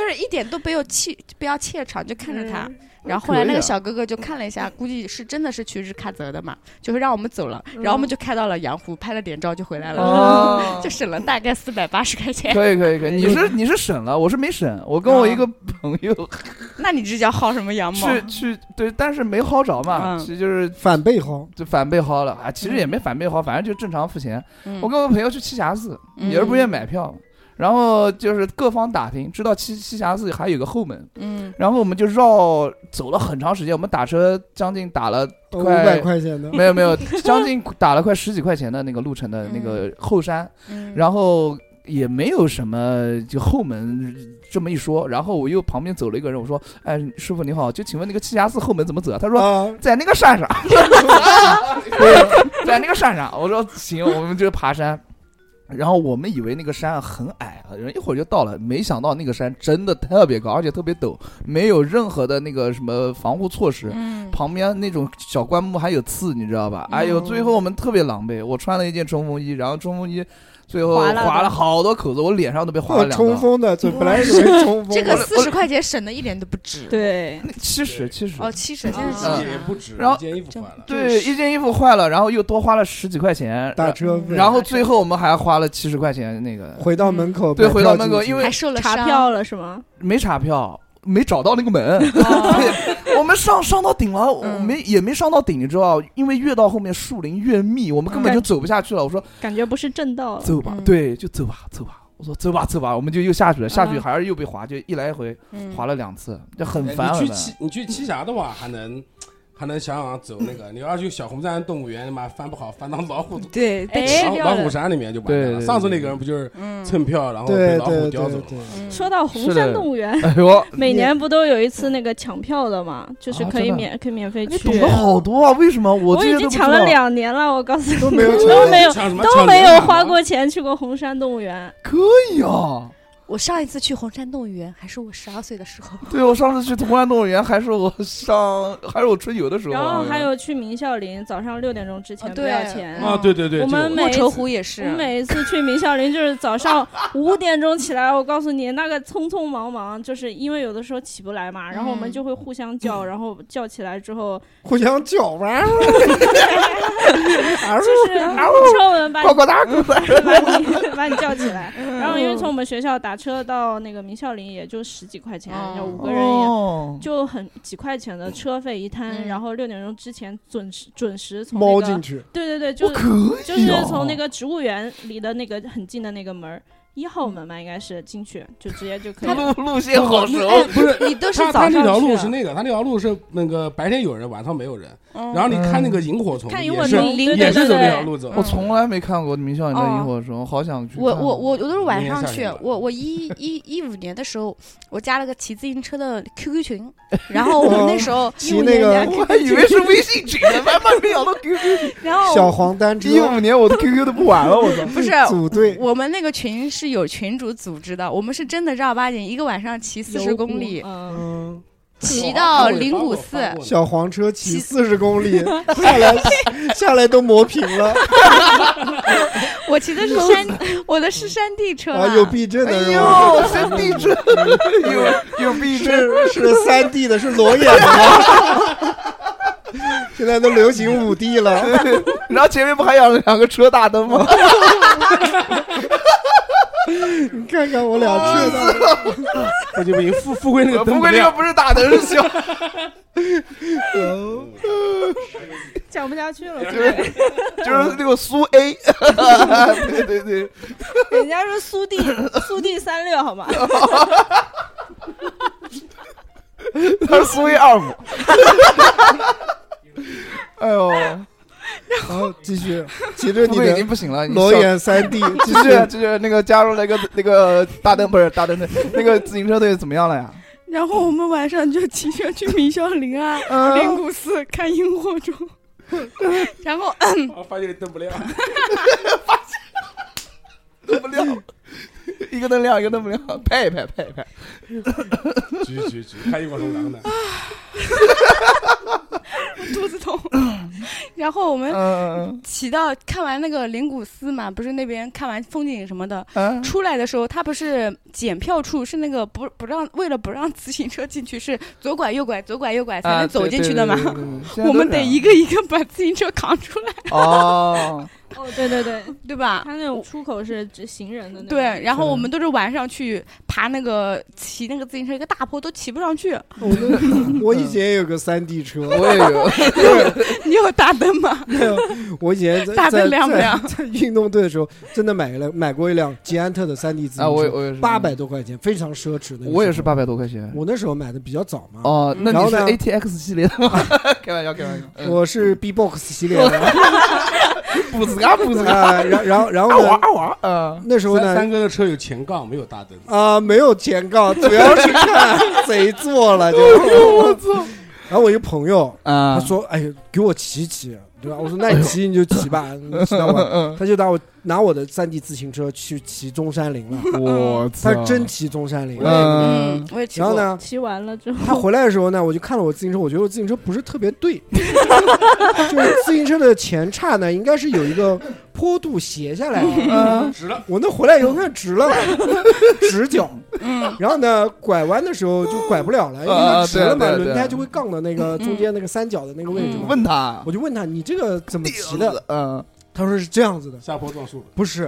是一点都没有气不要怯场，就看着他。
嗯
然后后来
可以
那个
啊
小哥哥就看了一下，估计是真的是去日喀则的嘛，就是让我们走了，然后我们就开到了羊湖，拍了点照就回来了，
哦
就省了大概四百八十块 钱。
可以可以可以，你是你是省了，我是没省。我跟我一
啊
个朋友
那你这叫薅什么羊毛？
去去对，但是没薅着嘛，
嗯
其实就是
反背号，
就反被薅了啊。其实也没反被薅，反正就正常付钱。
嗯
我跟我朋友去栖霞寺，也是不愿意买票，然后就是各方打听，知道栖栖霞寺还有个后门，
嗯，
然后我们就绕走了很长时间，我们打车将近打了
五
快
百块钱的，
没有没有将近打了快十几块钱的那个路程的那个后山，
嗯，
然后也没有什么就后门这么一说，然后我又旁边走了一个人，我说：“哎，师傅你好，就请问那个栖霞寺后门怎么走啊？”他说：“
啊，
在那个山上，在那个山上。我说行，我们就爬山。然后我们以为那个山很矮啊，人一会儿就到了，没想到那个山真的特别高，而且特别陡，没有任何的那个什么防护措施。
嗯
旁边那种小灌木还有刺，你知道吧？哎呦，
嗯
最后我们特别狼狈，我穿了一件冲锋衣，然后冲锋衣最后
划了
划了好多口子，我脸上都被划了
哦，
两刀
冲。锋的，这本来以为冲锋的，
这个四十块钱省的一点都不值。
对，
七十七十
哦，七十，现在
嗯
一
七
件也
十，
不止，
然后
一件衣服换了，
对，一件衣服坏了，然后又多花了十几块钱，
打车费，
然后最后我们还花了七十块钱，那个
回到门口，
对
买
回
票
到门口
进去
因为
还受了
查
伤
票了是吗？
没查票，没找到那个门，
哦
我们上上到顶了，我
嗯
没也没上到顶，你知道，因为越到后面树林越密，我们根本就走不下去了。我说
感觉不是正道了。
走吧，
嗯
对，就走吧，走吧。我说走吧，走吧，我们就又下去了，下去
嗯
还是又被划，就一来一回
嗯
划了两次，就很
哎
烦啊
你
很
去
烦。
栖你去栖霞的话，还能还能想想走那个，你要去小红山动物园，他妈翻不好，翻到老虎
对，被
哎
吃
老
掉
老虎
了。
山里面就完蛋
对
了。
对
上次那个人不就是
嗯
蹭票，然后被
对
老虎
对
叼走
对
了
对
吗？，
嗯
说到红
是的
山动物园，
哎呦，
每年不都有一次那个抢票的嘛，就是
啊
可以
真的
免可以免费
你
去
懂。得好多啊！为什么我
我
这些
已
都
经
不知
抢了
道
两年了，我告诉你，都
没有抢
哎都没有
抢什么
都没有花，过钱去过红山动物园。
可以啊？
我上一次去红山动物园还是我十二岁的时 候，
对我上次去童安动物园，还是我上还是我春游的时候，啊
然后还有去鸣笑林，早上六点钟之前
哦
不
对
要钱。
啊，对对对，
我
这个
们每
莫
一次
愁湖也
我
是，啊
每一次去鸣笑林就是早 上五点钟起来，我告诉你那个匆匆忙忙，就是因为有的时候起不来嘛，然后我们
嗯
就会互相 叫，然后叫起来之后
互相搅玩儿，
就是 车文把你
呱呱哒
嗯
呱呱哒，
把你把你叫起来，
嗯
然后因为从我们学校打车到那个鸣笑林也就十几块钱，
哦
就五个人也
哦，
就很几块钱的车费一摊，
嗯
然后六点钟之前准时准时从
猫
那
进
个
去，
对对对，
我
就
可以，
就是从那。个植物园离的那个很近的那个门儿一号门吧，应该是进去就直接就嗯可以了。
路路线好熟，
哎，
不是
你都是
他
早
他那
上
条路
去
是那个，他那条路是那个白天有人，晚上没有人。
嗯
然后你看那个萤火虫，
看
也
萤火
是
虫，对
也
对对
是走那条
对，
路走。啊
我从来没看过明孝你的
哦
嗯
萤火虫，好想去看。啊
我我我我都是晚上
明天
去
下去吧，
我我一一一五年的时候，我加了个骑自行车的 QQ 群，然后我们那时候
骑那个
我还以为是微信群呢，慢慢没想到 QQ。
然后
小黄单车
一五年我的 QQ 都不玩了，我操！
不是
组队，
我们那个群是有群主组织的，我们是真的正儿八经一个晚上骑四十公里，
嗯，
嗯，
骑到灵谷寺，
小黄车骑
骑
四十公里下 来，下来都磨平 了，
我骑的是山，我的是山地车
啊，
嘛，
有避震
哎
的是吧？
呦，三 D 震，有有避震，
是是三 D 的，是裸眼的吗？ 现在都流行五 D 了，
然后前面不还养了两个车大灯 吗？
你看看我俩去的，
我就被富富贵那个
不
灯
过这个
亮。
不是大灯，是小。
讲不下去了。
就是那个苏 A，对对对，
人家说苏地苏地三六好吗？
他是苏 A 二五。哎 呦，
好，继续骑着
富
你
贵已经
的
不行了，
裸眼三 D，
你笑。就是就是那个加入那个那个大灯不是大灯的，那个自行车队怎么样了呀？
然后我们晚上就骑车去明孝陵啊、
嗯
灵谷寺看萤火虫，
然后
我发现灯不亮，
灯不亮， 一个灯亮，一个灯不亮，拍一拍，拍一拍。
举举举，看萤火虫狼的。
肚子痛，然后
哎
我们
嗯
骑到看完那个灵谷寺嘛，不是那边看完风景什么的，
嗯
出来的时候，他不是检票处是那个不不让，为了不让自行车进去，是左拐右拐左拐右拐才
啊
能走进去的嘛。 我们得一
个
个一个把自行车扛出来，
哦，
哦，对对对，
对吧？
他那种出口是指行人的那种。
对，然后
是
我们都是晚上去爬那个骑那个自行车，一个大坡都骑不上去。
我的我以前也有个三 D 车，
我也 有，
你有大灯吗？
没有，我以前在
大
在
灯亮不
在
亮？
在运动队的时候，真的买了买过一辆捷安特的三 D 自
啊，
行
我也
车，
我也是
八百，多块钱，非常奢侈的。
我也是，八百多块钱。
我那时候买的比较早嘛。
哦，那
然
你
后
是
呢
ATX 系列的吗？ 开玩笑，开玩笑。嗯
我是 B-box 系列的，
补子嘎补子嘎，
啊，然然然
啊
后
娃
呢，
啊娃，嗯，
那时候
三
呢，
三哥的车有前杠，没有大灯。
啊，没有前杠，主要是看 谁坐了就。我操！然后我一朋友，他
啊，
说：“哎呀，给我骑骑，对吧？”我说：“那你骑你就骑吧，你骑到
嗯
晚。”他就拿我拿我的三 D 自行车去骑中山陵了，
嗯我
嗯他真骑中山陵。
嗯
嗯，，我也骑
然后
过。
呢，
骑完了之后，
他回来的时候呢，我就看了我自行车，我觉得我自行车不是特别 对，就是自行车的前叉呢，应该是有一个坡度斜下来的。
嗯
值了，
我那回来以后看 直了，直角。然后呢，拐弯的时候就拐不了了，因为
嗯啊
它直了嘛，
对啊对啊嗯
轮胎就会杠到那个中间那个三角的那个位置嘛。
问他，
我就问他，你这个怎么骑的？，
嗯，
他说是这样子的，
下坡撞树了。
不是，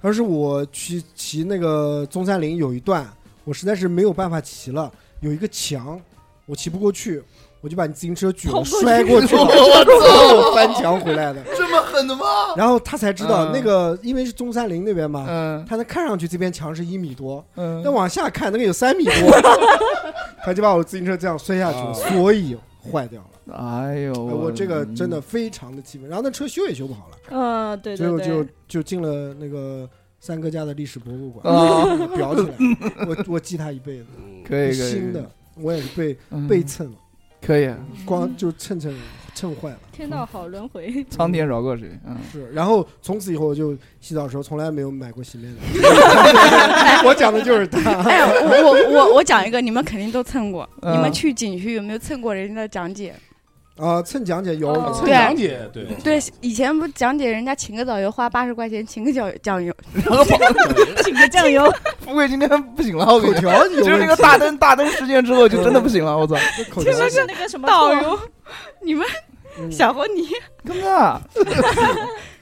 他说是我去骑那个中山陵有一段，我实在是没有办法骑了，有一个墙，我骑不过去，我就把你自行车举了，摔过去了， 我翻墙回来的。
这么狠的吗？
然后他才知道
嗯
那个，因为是中山陵那边嘛，
嗯
他能看上去这边墙是一米多，
嗯
但往下啊看那个有 三米多，他就把我自行车这样摔下去了，
啊
哦
所以坏掉了。
哎呦，
哎我这个真的非常的气愤，然后那车修也修不好了。
嗯，对
最
对
后就
对，
就进了那个三哥家的历史博物馆，
啊，
裱起来，我我记他一辈子，
嗯
可以可以，
新的，我也是被
嗯
被蹭了，
可以，
光就蹭蹭蹭坏了。
天道好轮回，
苍天饶过谁？嗯，
是，然后从此以后我就洗澡的时候从来没有买过洗面奶。我讲的就是他。
哎，我我我我讲一个，你们肯定都蹭过。
嗯
你们去景区有没有蹭过人家的讲解？
啊，蹭讲解有
哦
蹭
对
讲解对
对，以前不讲解人家请个导游花八十块钱，请个导讲游，
然后
请个酱油，
富贵今天不行了，我跟
口
你讲，
条有
就是那个大灯大灯事件之后就真的不行了，我操，
口条
就
有
是
问题，
那个什么
导
游，
嗯
小红你
真的啊，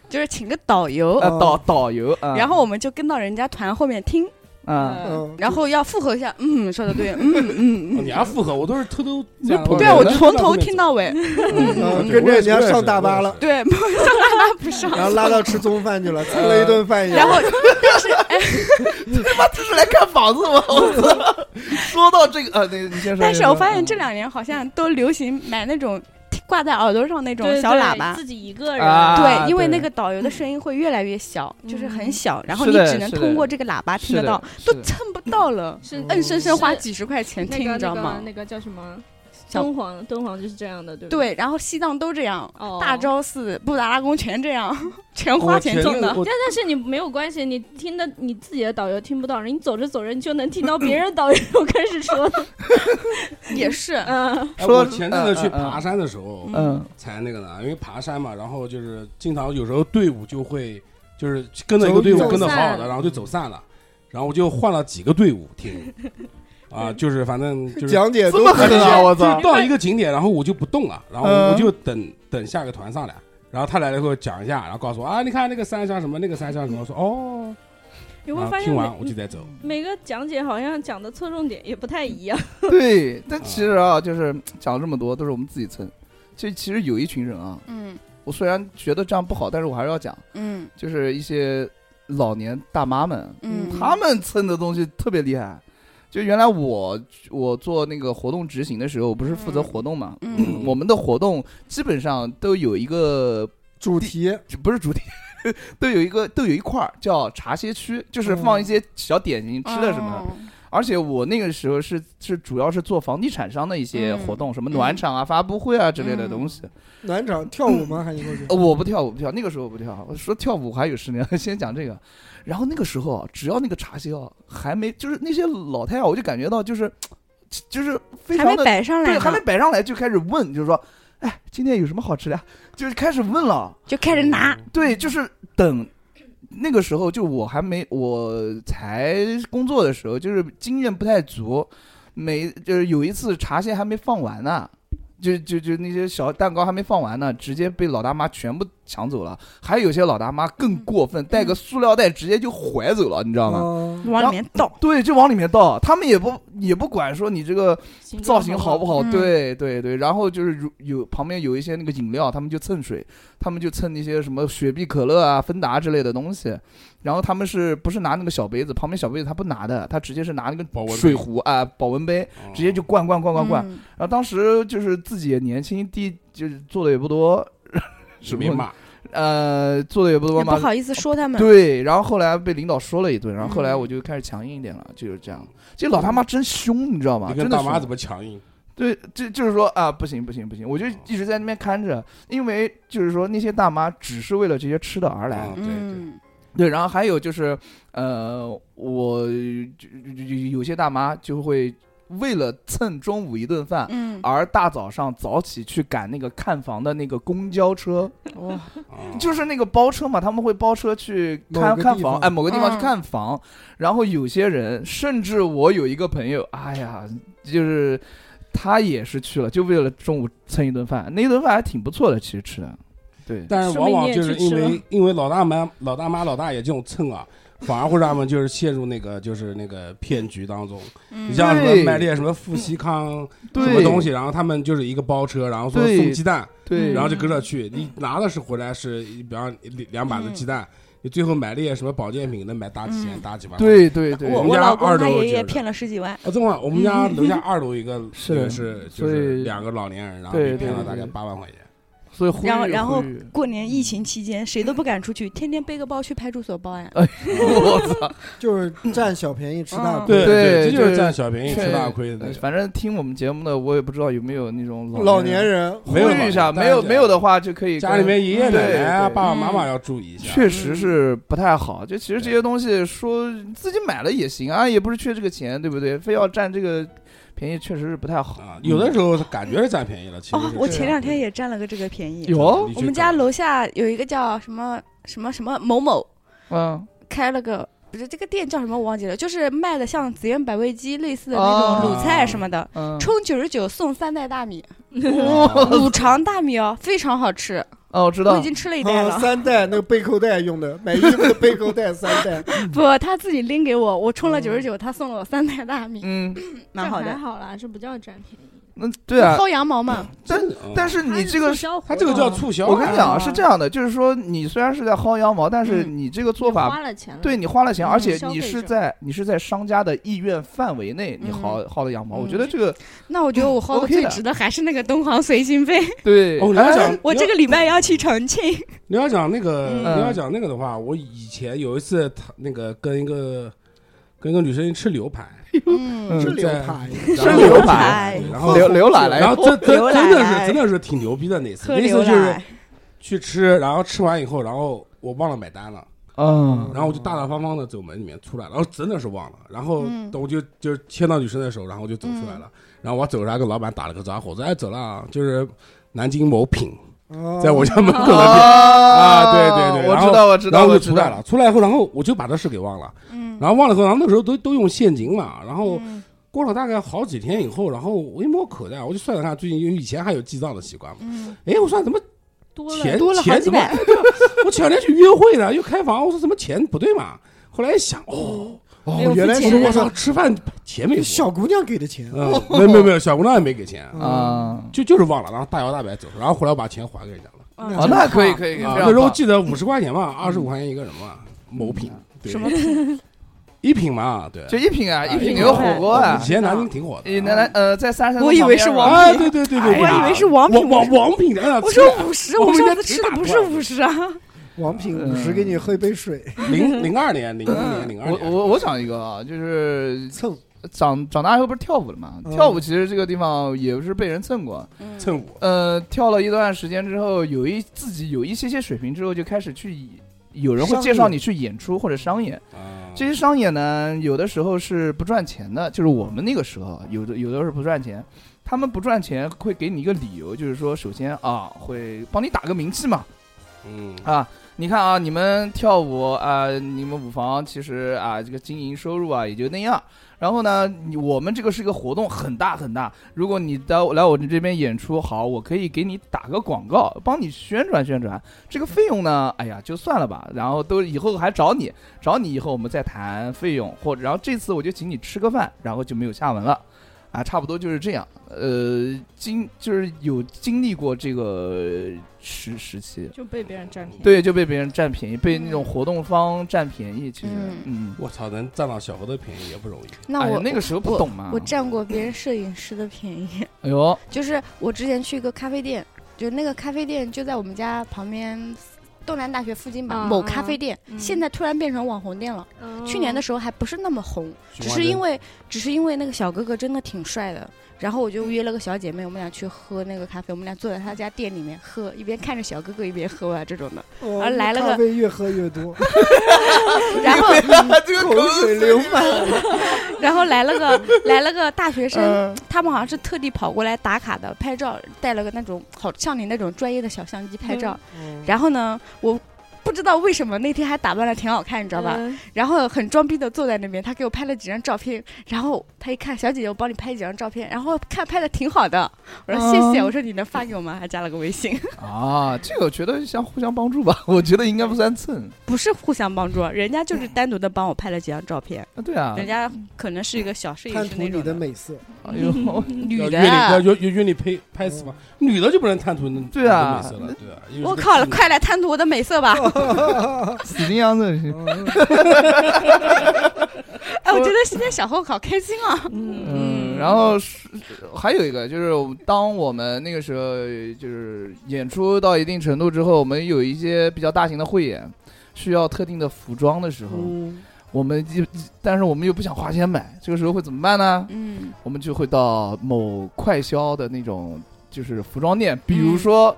就是请个导游，
呃导导游啊，
然后呃我们就跟到人家团后面听，
啊，
嗯，
然后要附和一下，嗯，说的对，嗯嗯
哦
嗯
你，还附和，我都是偷偷这样。
你不
对
啊
啊，我
就
从头听到尾，
嗯
对
跟着人家
我也是
上大巴了，
对， 上拉拉不上，
然后拉到吃中饭去了，蹭了一顿饭以
然后
这啊是来看房子 吗？我操！说到这个，呃，那你先说。
但是我发现这
两
两年好像都流行买那种挂在耳朵上那种
对
小喇叭
对。自己一个人，
啊
对，因为
对
那个导游的声音会越来越小，就是很小，然后
是
你
的
只能
是的
通过这个喇叭听得到，都蹭不到了，
是
嗯
硬生生花
是
几十块钱
那
听，
个
你知道
那个
吗？
那个叫什么？
小
敦煌，敦煌就是这样的，对不对？
对，然后西藏都这样，
哦
大昭寺、布达拉宫全这样， 全花
我
钱
前
听
面
的。
我
但但是你没有关系，你听的你自己的导游听不到，你走着走着你就能听到别人导游开始说的，
也是，
嗯，
哎
说
我前阵子去
嗯嗯嗯
爬山的时候
嗯
才那个呢，因为爬山嘛，然后就是经常有时候队伍就会就是跟着一个
走
队伍
走
跟的好好
散
的，然后就走散了，然后我就换了几个队伍听，啊，就是反正就是
讲解
这
都
么狠啊！我 操！
到一个景点，然后我就不动了，然后
嗯
我就等等下个团上来，然后他来了以后讲一下，然后告诉我啊，你看那个山像什么，那个山像什么，我说哦，
你
然
会
后
发现
听完我
每
就再走。
每个讲解好像讲的侧重点也不太一样，
对，但其实啊，就是讲了这么多，都是我们自己蹭。其实其实有一群人啊，
嗯
我虽然觉得这样不好，但是我还是要讲，
嗯
就是一些老年大妈们，
嗯，
他们蹭的东西特别厉害。就原来我我做那个活动执行的时候，我不是负责活动嘛，
嗯
我们的活动基本上都有一个
主题，
不是主题， 都有一个都有一块儿叫茶歇区，就是放一些小点心、吃的什么的。
哦
而且我那个时候是是主要是做房地产商的一
嗯
些活动，什么暖场啊、发布会啊之类的东西。
暖场跳舞吗？还是 说是
呃我不跳，我不跳，那个时候我不跳。我说跳舞还有十年， 先讲这个。然后那个时候啊，只要那个茶歇啊还没，就是那些老太啊，我就感觉到就是就是非
还
常
没
的
摆上来
对，
呢，
还没摆上来就开始问，就是说，哎，今天有什么好吃的啊？就是开始问了。
就开始拿，
对，就是等那个时候，就我还没我才工作的时候，就是经验不太足，每就是有一次茶歇还没放完呢。就就就那些小蛋糕还没放完呢，直接被老大妈全部抢走了。还有些老大妈更过分，带个塑料袋直接就怀走了，你知道吗？
吗？
往里面倒。
对，就往里面倒，他们也不也不管说你这个造型好不
好？
好？
嗯
对对对，然后就是如有旁边有一些那个饮料，他们就蹭水，他们就蹭那些什么雪碧、可乐啊、芬达之类的东西。然后他们是不是拿那个小杯子？旁边小杯子他不拿的，他直接是拿那
保
个
温杯
水壶啊、保温杯，
哦
直接就灌灌灌灌灌。
嗯
然后当时就是自己也年轻，第就是做的也不 多，
是没骂，
呃，做的也不多
也不
嘛。
好意思说他们。
对，然后后来被领导说了一顿，然后后来
嗯
我就开始强硬一点了，就是这样。这老他妈真凶，你知道吗？
你
真
跟
的
大
凶
妈怎么强硬？
对，就就是说啊，不行不行不行，我就一直在那边看着，因为就是说那些大妈只是为了这些吃的而来。
啊对对，
嗯，
对，然后还有就是，呃，我就就就有些大妈就会为了蹭中午一顿饭。
嗯
而大早上早起去赶那个看房的那个公交车，
哇，
啊
就是那个包车嘛，他们会包车去看
某个
看
地
房，
方
哎，某个地方
嗯
去看房。然后有些人，甚至我有一个朋友，哎呀，就是他也是去了，就为了中午蹭一顿饭，那一顿饭还挺不错的，其实吃的。对，
但是往往就是因
说明你也去
为 因为老大妈、老大妈、老大爷这种蹭啊，反而会让他们就是陷入那个就是那个骗局当中。
嗯
你像什么
对嗯
卖那些什么富硒康
对
什么东西，然后他们就是一个包车，然后说
对
送鸡蛋，
对，
然后就跟着去。你拿的是回来是，比方两两把子鸡蛋，你最后买那些什么保健品能买大几千、
嗯
大几万。
嗯对对对，
我
我
们
我
家
老公
二
他
楼
爷
就
爷
是
骗了十几万，
啊，正好我 们家楼下二楼一个
嗯是
一个
的
是
所
就
以
是两个老年人，然后
对
被骗了
对对
大概
对
八万块钱。
所以呼吁
然后然后
呼吁
过年疫情期间谁都不敢出去，天天背个包去派出所报案。
我 操，
就是占小便宜吃大
嗯
亏。
对
这就
对
是占小便宜吃大亏的那个。
反正听我们节目的我也不知道有没有那种
老年人呃
呼
没有吧
吁一下，没有没有的话就可以
家
跟
里面爷爷奶奶啊、
对对嗯
爸爸妈妈要注意一下。
确实是不太好。就其实这
对
些东西说自己买了也行啊，也不是缺这个钱，对不对？非要占这个便宜，确实是不太好
啊，有的时候感觉是占便宜了，其实
哦
是，
我前两天也占了个这个便宜。
有，
你去
我们
找
家楼下有一个叫什么什么什么某某
嗯，
开了个，不是这个店叫什么我忘记了，就是卖的像紫苑百味鸡类似的那种卤菜什么的，
哦嗯，
充九十九送三袋大米，
哦，
五常大米哦，非常好吃，
我知
我
道
已，经吃了一袋
啊，
了。
三代那个背扣带用的， 买衣服的背扣带三代，
嗯
不，他自己拎给我，我充了九十九，他送了我三袋大米，
嗯，
蛮好
这还
的。
好啦，这不叫占便宜。
那对啊，
薅羊毛嘛，
但
嗯
但是你这个
它是促销活
他
动
这个叫促销啊，
我跟你讲啊，
啊
是这样的，就是说你虽然是在薅羊毛，但是
嗯
你这个做
你
法
花了钱了，
对你花了钱，
嗯
而且
消
你
费
是
者
在你是在商家的意愿范围内，你
嗯
薅薅的羊毛。我
嗯
觉得这个
那我觉得我薅的
OK
最
的
值的还是那个东航随心 飞。
对，哎
哦，你要讲
我这个礼拜要去重庆，
你要讲那个，
嗯
你要讲那个的话，我以前有一次，他那个跟一个跟一个女生吃牛排，
嗯，
是
嗯，
流派。
然后
吃牛
排
对然后
刘刘奶奶，
然后真
牛
真真
奶
的是真的是挺牛逼的那次，
喝
那
牛
次就是
奶，
去吃，然后吃完以后，然后我忘了买单了，
嗯，
然后我就大大方方的走门里面出来了，然后真的是忘了，然后
嗯
我就就牵到女生的手，然后我就走出来了，然后我走上跟老板打了个招呼，我说哎走了啊，就是南京某品，
啊
哦
在我家门口的店。
啊
啊对对对
我
然后
知道，我知
然
道，
后我
我
就
知
出来
道，
了，出来以后，然后我就把这事给忘了，
嗯，
然后忘了以后，然后那时候都都用现金嘛，然后
嗯
过了大概好几天以后，然后我一摸口袋，我就算了看，最近因为以前还有记账的习惯嘛，
嗯，
哎，我算怎么
多了
钱
多了好
钱
几
怎么
百，
我前两天去约会呢，又开房，我说怎么钱不对嘛？后来一想，哦，
哦，原来
我
是
说我操，吃饭钱没付
小姑娘给的钱，
嗯，没有没有没有，小姑娘也没给钱，
啊，
就就是忘了，然后大摇大摆走，然后后来我把钱还给人家了。
嗯
哦，那可以，可以，可以，
啊
非
那
常
时候
棒。
记得五十块钱嘛，二十五块钱一个人嘛，某品对
什么
一品嘛，对，
就一品啊，
啊
一
一
品
品
牛火锅啊
以，前南京挺火的。
你南南呃，在三山路
我以
旁
为
边
是
吧
王
啊，对对对对
哎
对，
呀
我以为是王品
王王王品的。哎
我说五十，
我
我
们
上
家
次
直
吃的
打
不是
断了
五十啊，
王品
嗯
五十给你喝一杯水，
零零二年，零一年，零二
我
年，
我我讲一个啊，就是
蹭
长长大以后不是跳舞了嘛？
嗯
跳舞其实这个地方也是被人蹭过，
趁我
呃，跳了一段时间之后，有一自己有一些些水平之后，就开始去以有人会介绍你去演出或者商演。
啊，
这些商演呢，有的时候是不赚钱的，就是我们那个时候啊有的有的是不赚钱，他们不赚钱会给你一个理由，就是说首先啊会帮你打个名气嘛，
嗯
啊，你看啊，你们跳舞啊、你们舞房其实啊，这个经营收入啊也就那样。然后呢，你我们这个是一个活动，很大很大。如果你到来我们这边演出，好，我可以给你打个广告，帮你宣传宣传。这个费用呢，哎呀，就算了吧。然后都以后还找你，找你以后我们再谈费用，或者然后这次我就请你吃个饭，然后就没有下文了。啊，差不多就是这样。呃，经就是有经历过这个时时期，
就被别人占便宜。
对，就被别人占便宜，被那
嗯
种活动方占便宜。其实，嗯，
我操，能占到小何的便宜也不容易。
那
哎呀
我，
那个时候不懂嘛
我。占过别人摄影师的便宜，
哎呦，
就是我之前去一个咖啡店，就那个咖啡店就在我们家旁边。东南大学附近吧，
啊
某咖啡店、
嗯
现在突然变成网红店了、
哦
嗯
去年的时候还不是那么红，
循
只
环
是
灯
因为只是因为那个小哥哥真的挺帅的，然后我就约了个小姐妹，我们俩去喝那个咖啡，我们俩坐在他家店里面喝，一边看着小哥哥一边喝啊这种的。
哦
而来了个
咖啡越喝越多，
然后
这个
口水流满。
然后来了个来了个大学生，
嗯
他们好像是特地跑过来打卡的，拍照带了个那种好像你那种专业的小相机拍照。
嗯
然后呢，我不知道为什么那天还打扮的挺好看，你知道吧？
嗯
然后很装逼的坐在那边，他给我拍了几张照片，然后他一看小姐姐，我帮你拍几张照片，然后看拍的挺好的，我说谢谢，
嗯
我说你能发给我吗？还加了个微信，
啊，这个我觉得相互相帮助吧，我觉得应该不算蹭
不是互相帮助，人家就是单独的帮我拍了几张照片，
啊。对啊，
人家可能是一个小摄影
贪
师
图
那
你
种
的
的
美色，
哎呦，
女
要
的啊
约你要约约约你拍拍死吗？女的就不能贪图那
对啊
那种美色了，对啊。因为是
我
个
靠了，
处女
快来贪图我的美色吧！
死金样子。
嗯
哎，我觉得现在小后好开心啊！
嗯，
嗯，然后是还有一个就是，当我们那个时候就是演出到一定程度之后，我们有一些比较大型的汇演，需要特定的服装的时候，
嗯，
我们就但是我们又不想花钱买，这个时候会怎么办呢？
嗯，
我们就会到某快销的那种就是服装店，比如说、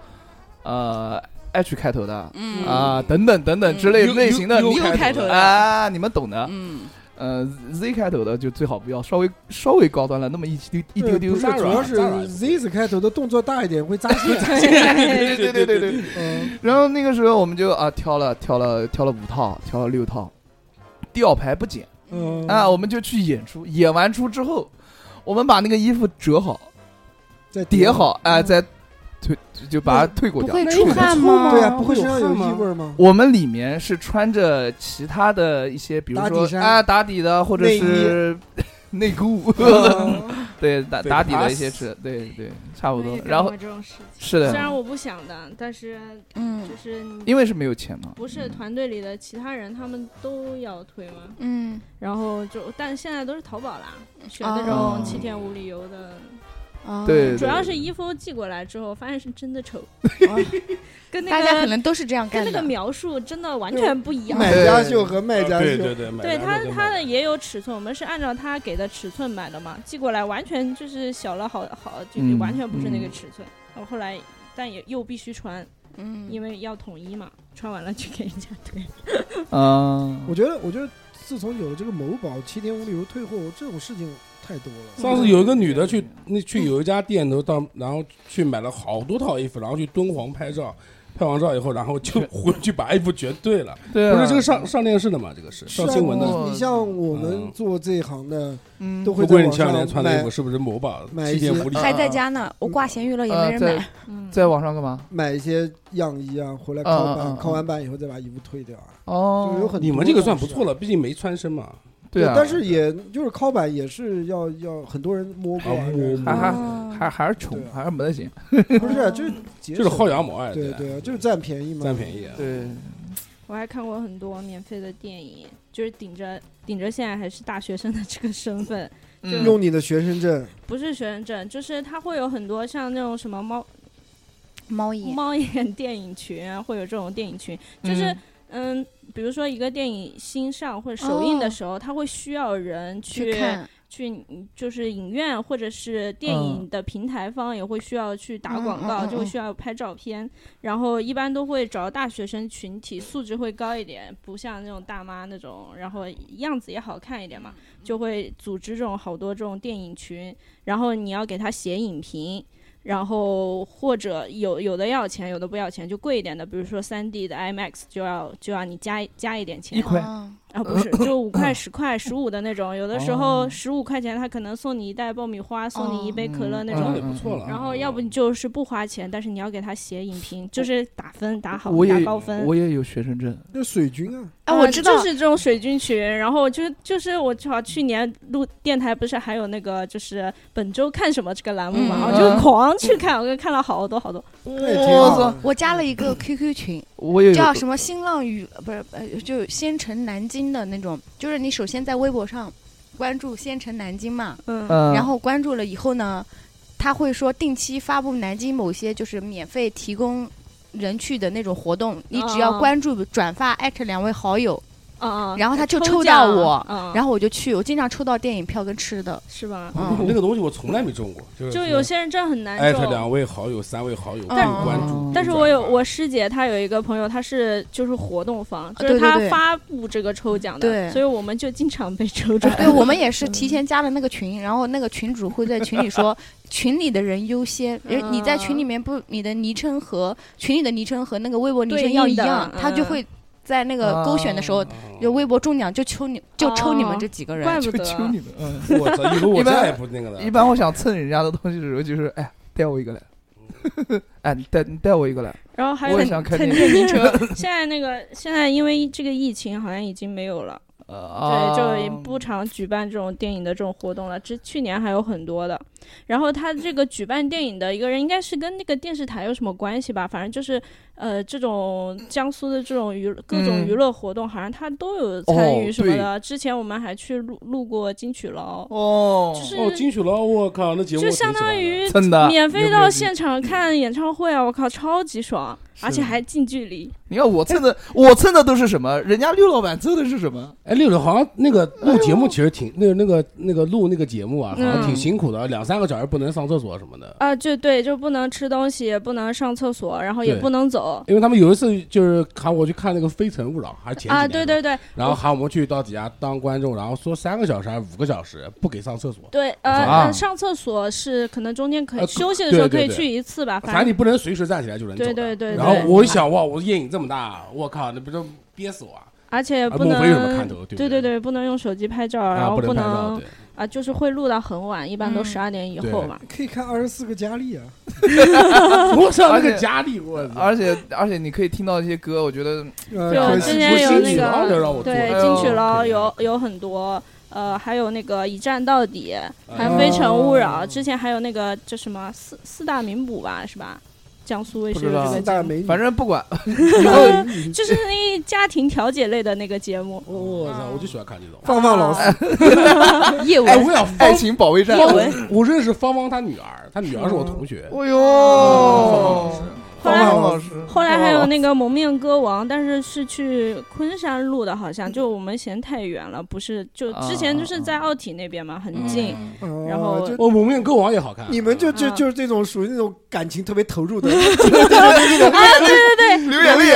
呃 H 开头的。
嗯
啊，等等等等之
嗯
类类型的，你
又开头的
啊，你们懂的。
嗯，
呃，Z 开头的就最好不要，稍微稍微高端了那么一丢一丢丢。啊
不是，主要是
扎软
Z 字开头的动作大一点会扎心。
对对对对 对。
嗯，
然后那个时候我们就啊挑了挑了挑了五套，挑了六套，吊牌不减
嗯
啊，我们就去演出。演完出之后，我们把那个衣服折好、
再
叠，好，
嗯
哎，再退就把它退过
不
掉。
会
那
出
有
汗
错
吗？
对呀，不会身上有
有汗
异
吗
味吗？
我们里面是穿着其他的一些，比如
打底
说
衫
啊打底的，或者
内衣
是内裤，
嗯
对打
对
打底的
pass
一些尺，对对，差不多
我也。干
然后
过这种事情
是
虽
的，
然我不想的，但是
嗯
就是你
因为是没有钱嘛。
不是团队里的其他人，他们都要推嘛，
嗯，
然后就但现在都是淘宝啦，选
哦
那种七天无理由的，
哦
对
主要是衣服寄过来之后发现是真的丑，跟那
大家可
个
能都是这样干
跟那个
的。
描述真的完全不一样。
买家秀和卖家
啊对
秀
对，对，买
对
单
他
的跟
他
买
的也有尺寸，我们是按照他给的尺寸买的嘛，寄过来完全就是小了好好，就是
嗯
完全不是那个
嗯
尺寸。然后后来但也又必须穿，
嗯
因为要统一嘛，穿完了就给 人家退。
嗯
我觉得，我觉得自从有了这个某宝七天无理由退货这种事情太多了。
上次有一个女的去那去有一家店头到，然后去买了好多套衣服，然后去敦煌拍照，拍完照以后，然后就回去把衣服全退了。
对啊，
不是这个上上电视的嘛？这个是
是
上
啊
新闻的。
哦
你像我们
嗯
做这一行的，
嗯
都会
不过
在
你
网
前两天
上
穿的衣
买
服是不是某宝
买
七
一
天
些
福利？
啊
还在家呢，我挂闲鱼了也没人
呃
买。
嗯，
在网上干嘛？
买一些样衣啊，回来拷
嗯嗯嗯
版，
嗯
拷完版以后再把衣服退掉啊，就有
哦，
很
你们这个算不错
了。
了，毕竟没穿身嘛。
对啊，
但是也就是拷版也是要要很多人摸过啊
啊，
然
摸
后
还还还
哦
还是穷
对，啊
还是没得行。
不是啊就是节
就是
省
薅羊毛哎，
对对，就是占便宜嘛，
占便宜。啊。
对，
我还看过很多免费的电影，就是顶着顶着现在还是大学生的这个身份，
嗯
用你的学生证，
不是学生证，就是他会有很多像那种什么猫
猫眼，
猫眼电影群啊，会有这种电影群，就是
嗯
嗯比如说一个电影新上或者首映的
哦
时候，他会需要人去
去看，
去嗯就是影院或者是电影的平台方也会需要去打广
嗯嗯嗯
告，
嗯嗯
就会需要拍照片，然后一般都会找大学生群体，素质会高一点，不像那种大妈那种，然后样子也好看一点嘛，就会组织这种好多这种电影群，然后你要给他写影评。然后或者有有的要钱，有的不要钱，就贵一点的，比如说三 D 的 IMAX 就要就要你加加一点钱，
一块
哦
啊，不是，就五块、十块、十五的那种，有的时
嗯哦
候十五块钱他可能送你一袋爆米花，送你一杯可
哦嗯
乐那
那
种。
也
嗯
不错了啊。
嗯然后要不你就是不花钱，但是你要给他写影评，就是打分打好
我
打
也
高分。
我也有学生证，
那水军啊，
哎，
呃
我知道
就，是这种水军群，然后就就是我正好去年录电台，不是还有那个就是本周看什么这个栏目嘛，
嗯
我就狂去看，我看了好多好多。
那也挺好啊
操
的。
我加了一个 QQ 群，
我也有
叫什么新浪娱不是呃，就仙城南京的那种，就是你首先在微博上关注仙城南京嘛，
嗯，
嗯，
然后关注了以后呢，他会说定期发布南京某些就是免费提供人去的那种活动，你只要
哦
关注、转发、艾特两位好友，
啊、嗯，
然后他就
抽
抽到
奖
我，
嗯、
然后我就去，我经常抽到电影票跟吃的，
是吧？
哦
嗯，
那个东西我从来没中过，
嗯
就是
就有些人真的很难
艾
中。哦
特两位好友、三位好友，
但
并关注。
嗯
但是我有
转
我师姐，她有一个朋友，她是就是活动方，就
对
是
啊对
她
对
发布这个抽奖的，
对
所以我们就经常被抽中。
对我们也是提前加了那个群，然后那个群主会在群里 说，群里的人优先，
嗯
因为你在群里面不，你的昵称和群里的昵称和那个微博昵
对
称要
应
一
的
样，他就
嗯哦
会在那个勾选的时候，就
哦
微博中奖就抽你就抽你们这几个人，
怪 不
就
得
求你们，嗯。
我操！以后
一
我
般
再也不那个了。
一般我想蹭人家的东西的时候，就是哎，带我一个来， 哎，你带你带我一个来，
然后还有
我也想开
蹭电
店。
瓶 车，
现在那个现在因为这个疫情好像已经没有了，
哦
呃，
对，就也不常举办这种电影的这种活动了。之去年还有很多的，然后他这个举办电影的一个人应该是跟那个电视台有什么关系吧？反正就是呃，这种江苏的这种娱各种
嗯
娱乐活动，好像他都有参
哦
与什么的。之前我们还去录录过金曲楼，
哦
就，是、
哦，金曲了，我靠，那节目
就
我挺
相
喜欢
当
的
于
蹭的。
免费
有没
到
有
现场看演唱会啊！我靠，超级爽，而且还近距离。
你看我蹭的，我蹭的都是什么？人家六老板蹭的是什么？
哎，六六好像那个录节目其实挺那那个那个录那个节目啊，好像
嗯
挺辛苦的，两三个小时不能上厕所什么的。
啊，就对，就不能吃东西，也不能上厕所，然后也
对
不能走。
因为他们有一次就是喊我去看那个《非诚勿扰》，还是前几年
啊，对对
的，
对
然后喊我们去到底下当观众，然后说三个小时还是五个小时不给上厕所，
对，呃，
啊
那上厕所是可能中间可
呃
以休息的时候可
对对
以
对
去一次吧，
反
正
正你不能随时站起来就能走
对
的。
对对对
然后我一想，哇，我眼影这么大，啊我靠，那不就憋死我啊？
而且
啊
不
莫
能
非有什么看头对不
对
对
对，不能用手机拍照，然
啊，
后
能拍照，
能
对。
啊，就是会录到很晚，一般都
嗯
十二点以
对
后嘛。
可以看二十四个佳丽啊，
我操，那
而
个
且
家里我操，
而且而且你可以听到一些歌，我觉得
呃，
对
可
我
惜
之
我
前有
进
那
去了就让
个
我做
对
了
进去
哎呦
了
可以啊
有
了有
有很多，呃，还有那个一站到底，还
哎
有非诚勿
哦
扰，之前还有那个叫什么四四大名捕吧，是吧？江苏卫视
不
有
知道
这个
四
节
大
目，
美女，
反正不 管，
以后
就是那家庭调解类的那个节目。
我操，我就喜欢看这种。
放放老
啊
四，
叶
哎，
文
我想方
爱情保卫战。
方，我认识方方他女儿，他女儿是我同学。
哦
哦
呦，
后
方
来
方老师，
后来还有
哦
那个蒙面歌王，但是是去昆山录的，好像就我们嫌太远了，不是？就之前就是在奥体那边嘛，很 近。
哦
然后
就
哦，蒙面歌王也好看。
你们就就
啊
就是这种属于那种感情特别投入的，
流眼泪，
啊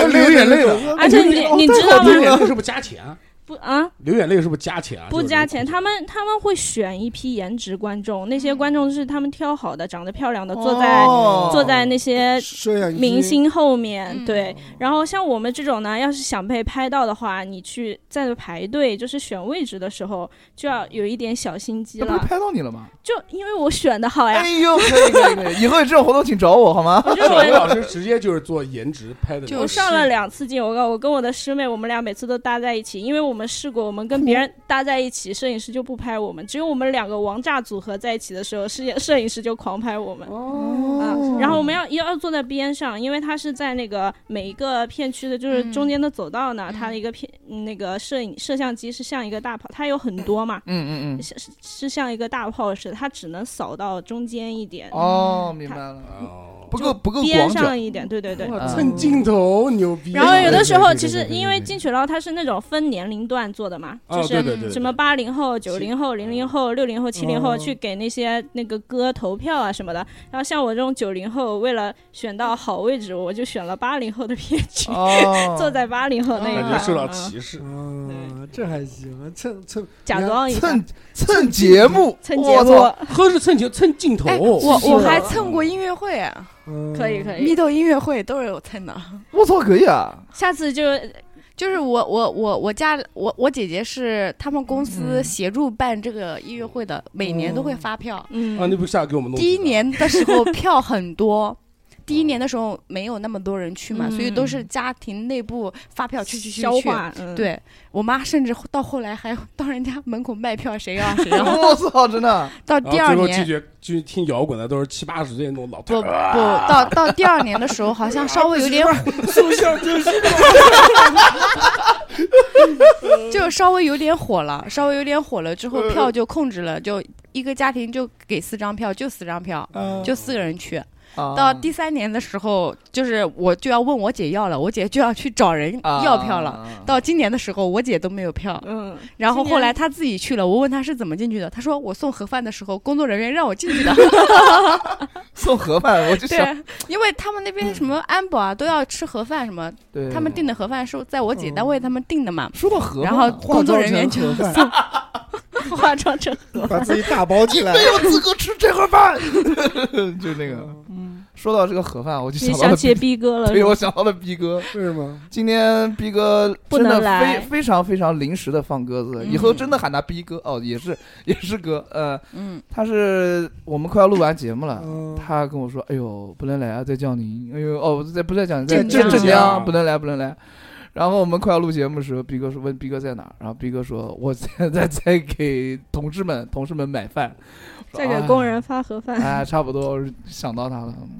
流眼泪 了，
而且你你知道吗？
流眼泪是不是加钱啊？
不啊，
流眼泪是不是加钱啊？
不加钱，
就是
他们他们会选一批颜值观众，那些观众是他们挑好的，长得漂亮的，坐在
哦
坐在那些
摄像机
呃明星后面
嗯。
对，然后像我们这种呢，要是想被拍到的话，你去在排队就是选位置的时候，就要有一点小心机
这不是
了。
拍到你了吗？
就因为我选的好呀
哎，呦，可以可以可以，以后有这种活动请找我好吗？
我就
小
我
吴老师直接就是做颜值拍的，
就
我
是
上了两次镜，我跟我跟我的师妹，我们俩每次都搭在一起，因为我们试过，我们跟别
嗯
人搭在一起，摄影师就不拍我们，只有我们两个王炸组合在一起的时候，摄影摄影师就狂拍我们。哦、然后我们要要坐在边上，因为他是在那个每一个片区的，就是
嗯
中间的走道呢，
嗯
它的一个片那个摄影摄像机是像一个大炮，它有很多嘛，
嗯嗯嗯，
是是是像一个大炮似的，它只能扫到中间一点，
哦，明白了，
哦，
不够不够
边
广角
上，一点，对对对。
嗯
蹭镜头牛逼。
然后有的时候，其实
对对对对对
因为进曲捞它是那种分年龄段做的嘛，
哦
就
对
是
对对对
什么八零后、九零后、零零后、六零后、七零后去给那些那个歌投票啊什么的。然后像我这种九零后，为了选到好位置，我就选了八零后的片区，
哦，
坐在八零后那一
感觉
块，
受到
嗯
歧视。
啊，这还行，蹭蹭
假装一下
蹭蹭节目，
蹭节
我
目
操，，
喝是蹭镜蹭镜头，
哎，我我还
是
蹭过音乐会，
嗯
可以可
蜜
以。
豆音乐会都是有蹭的。
我操，可以 啊，
下次就
就是我我我我家我我姐姐是他们公司
嗯
协助办这个音乐会的，每年都会发票。
啊，
嗯
那不下给我们弄
第一年的时候票很多，第一年的时候没有那么多人去嘛，
嗯
所以都是家庭内部发票去去去
消
去。
化，嗯，
对我妈甚至到后来还到人家门口卖票，谁要谁 要。
我操，真 的，
到
然
第
后
二
最后拒
年
绝去听摇滚的都是七八十岁那种老
不
头
不，。到到第二年的时候好像稍微有点
摄 像真是
就稍微有点火了，稍微有点火了之后票就控制了，就一个家庭就给四张票，就四张票，就四个人去。
啊
到第三年的时候，就是我就要问我姐要了，我姐就要去找人
啊
要票了。，到今年的时候，我姐都没有票，
嗯，
然后
今年
后来她自己去了。我问她是怎么进去的，她说我送盒饭的时候，工作人员让我进 去的。
送盒饭，我就想，
啊
对，因为他们那边什么安保啊都要吃盒饭什么，
对，
他们订的盒饭是在我姐单位他们订的嘛。
说到盒饭
然
啊，
后工作人员就
化妆成盒饭
化妆成
把自己打包起 来，
没有资格吃这盒饭， 就那个， 说到这个盒饭，我就
嗯
想
你
到
想
了
起
逼，
逼哥了，
对我想到了逼哥，
是吗？
今天逼哥
不
真的
能来嗯
非非常非常临时的放鸽子，以后真的喊他逼哥哦，也是也是哥，呃，
嗯，
他是我们快要录完节目了。
嗯，
啊他跟我说：“哎呦，不能来啊，在江宁。哎呦，哦，在不在江宁，在
镇江
在镇江，
江
不能来，不能来。”然后我们快要录节目的时候，逼哥说：“问逼哥在哪儿？”然后逼哥说：“我现在在给同志们同事们买饭，
再给工人发盒
哎。
饭，
哎，差不多我是想到他了，嗯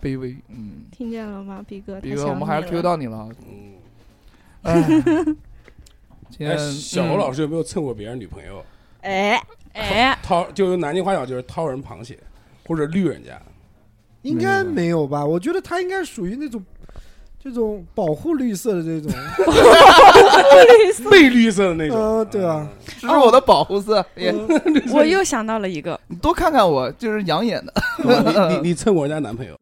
卑微。嗯，
听见了吗，逼哥？
比
他
哥，
想
我们还是
你
Q
了
到你了。
嗯，
哎，今
哎，
天嗯
小侯老
师，
师有没有蹭过别人女朋友？
哎，
哎，
掏，就用南京话讲就是掏人螃蟹或者绿人 家。
应该没有吧？我觉得他应该属于那种这种保护绿色的这种，
被绿色的那种。
呃对啊
嗯，
这是我的保护色，也
嗯
我又想到了一个，
你多看看我，就是养眼的。
嗯 你你你蹭过人家男朋友？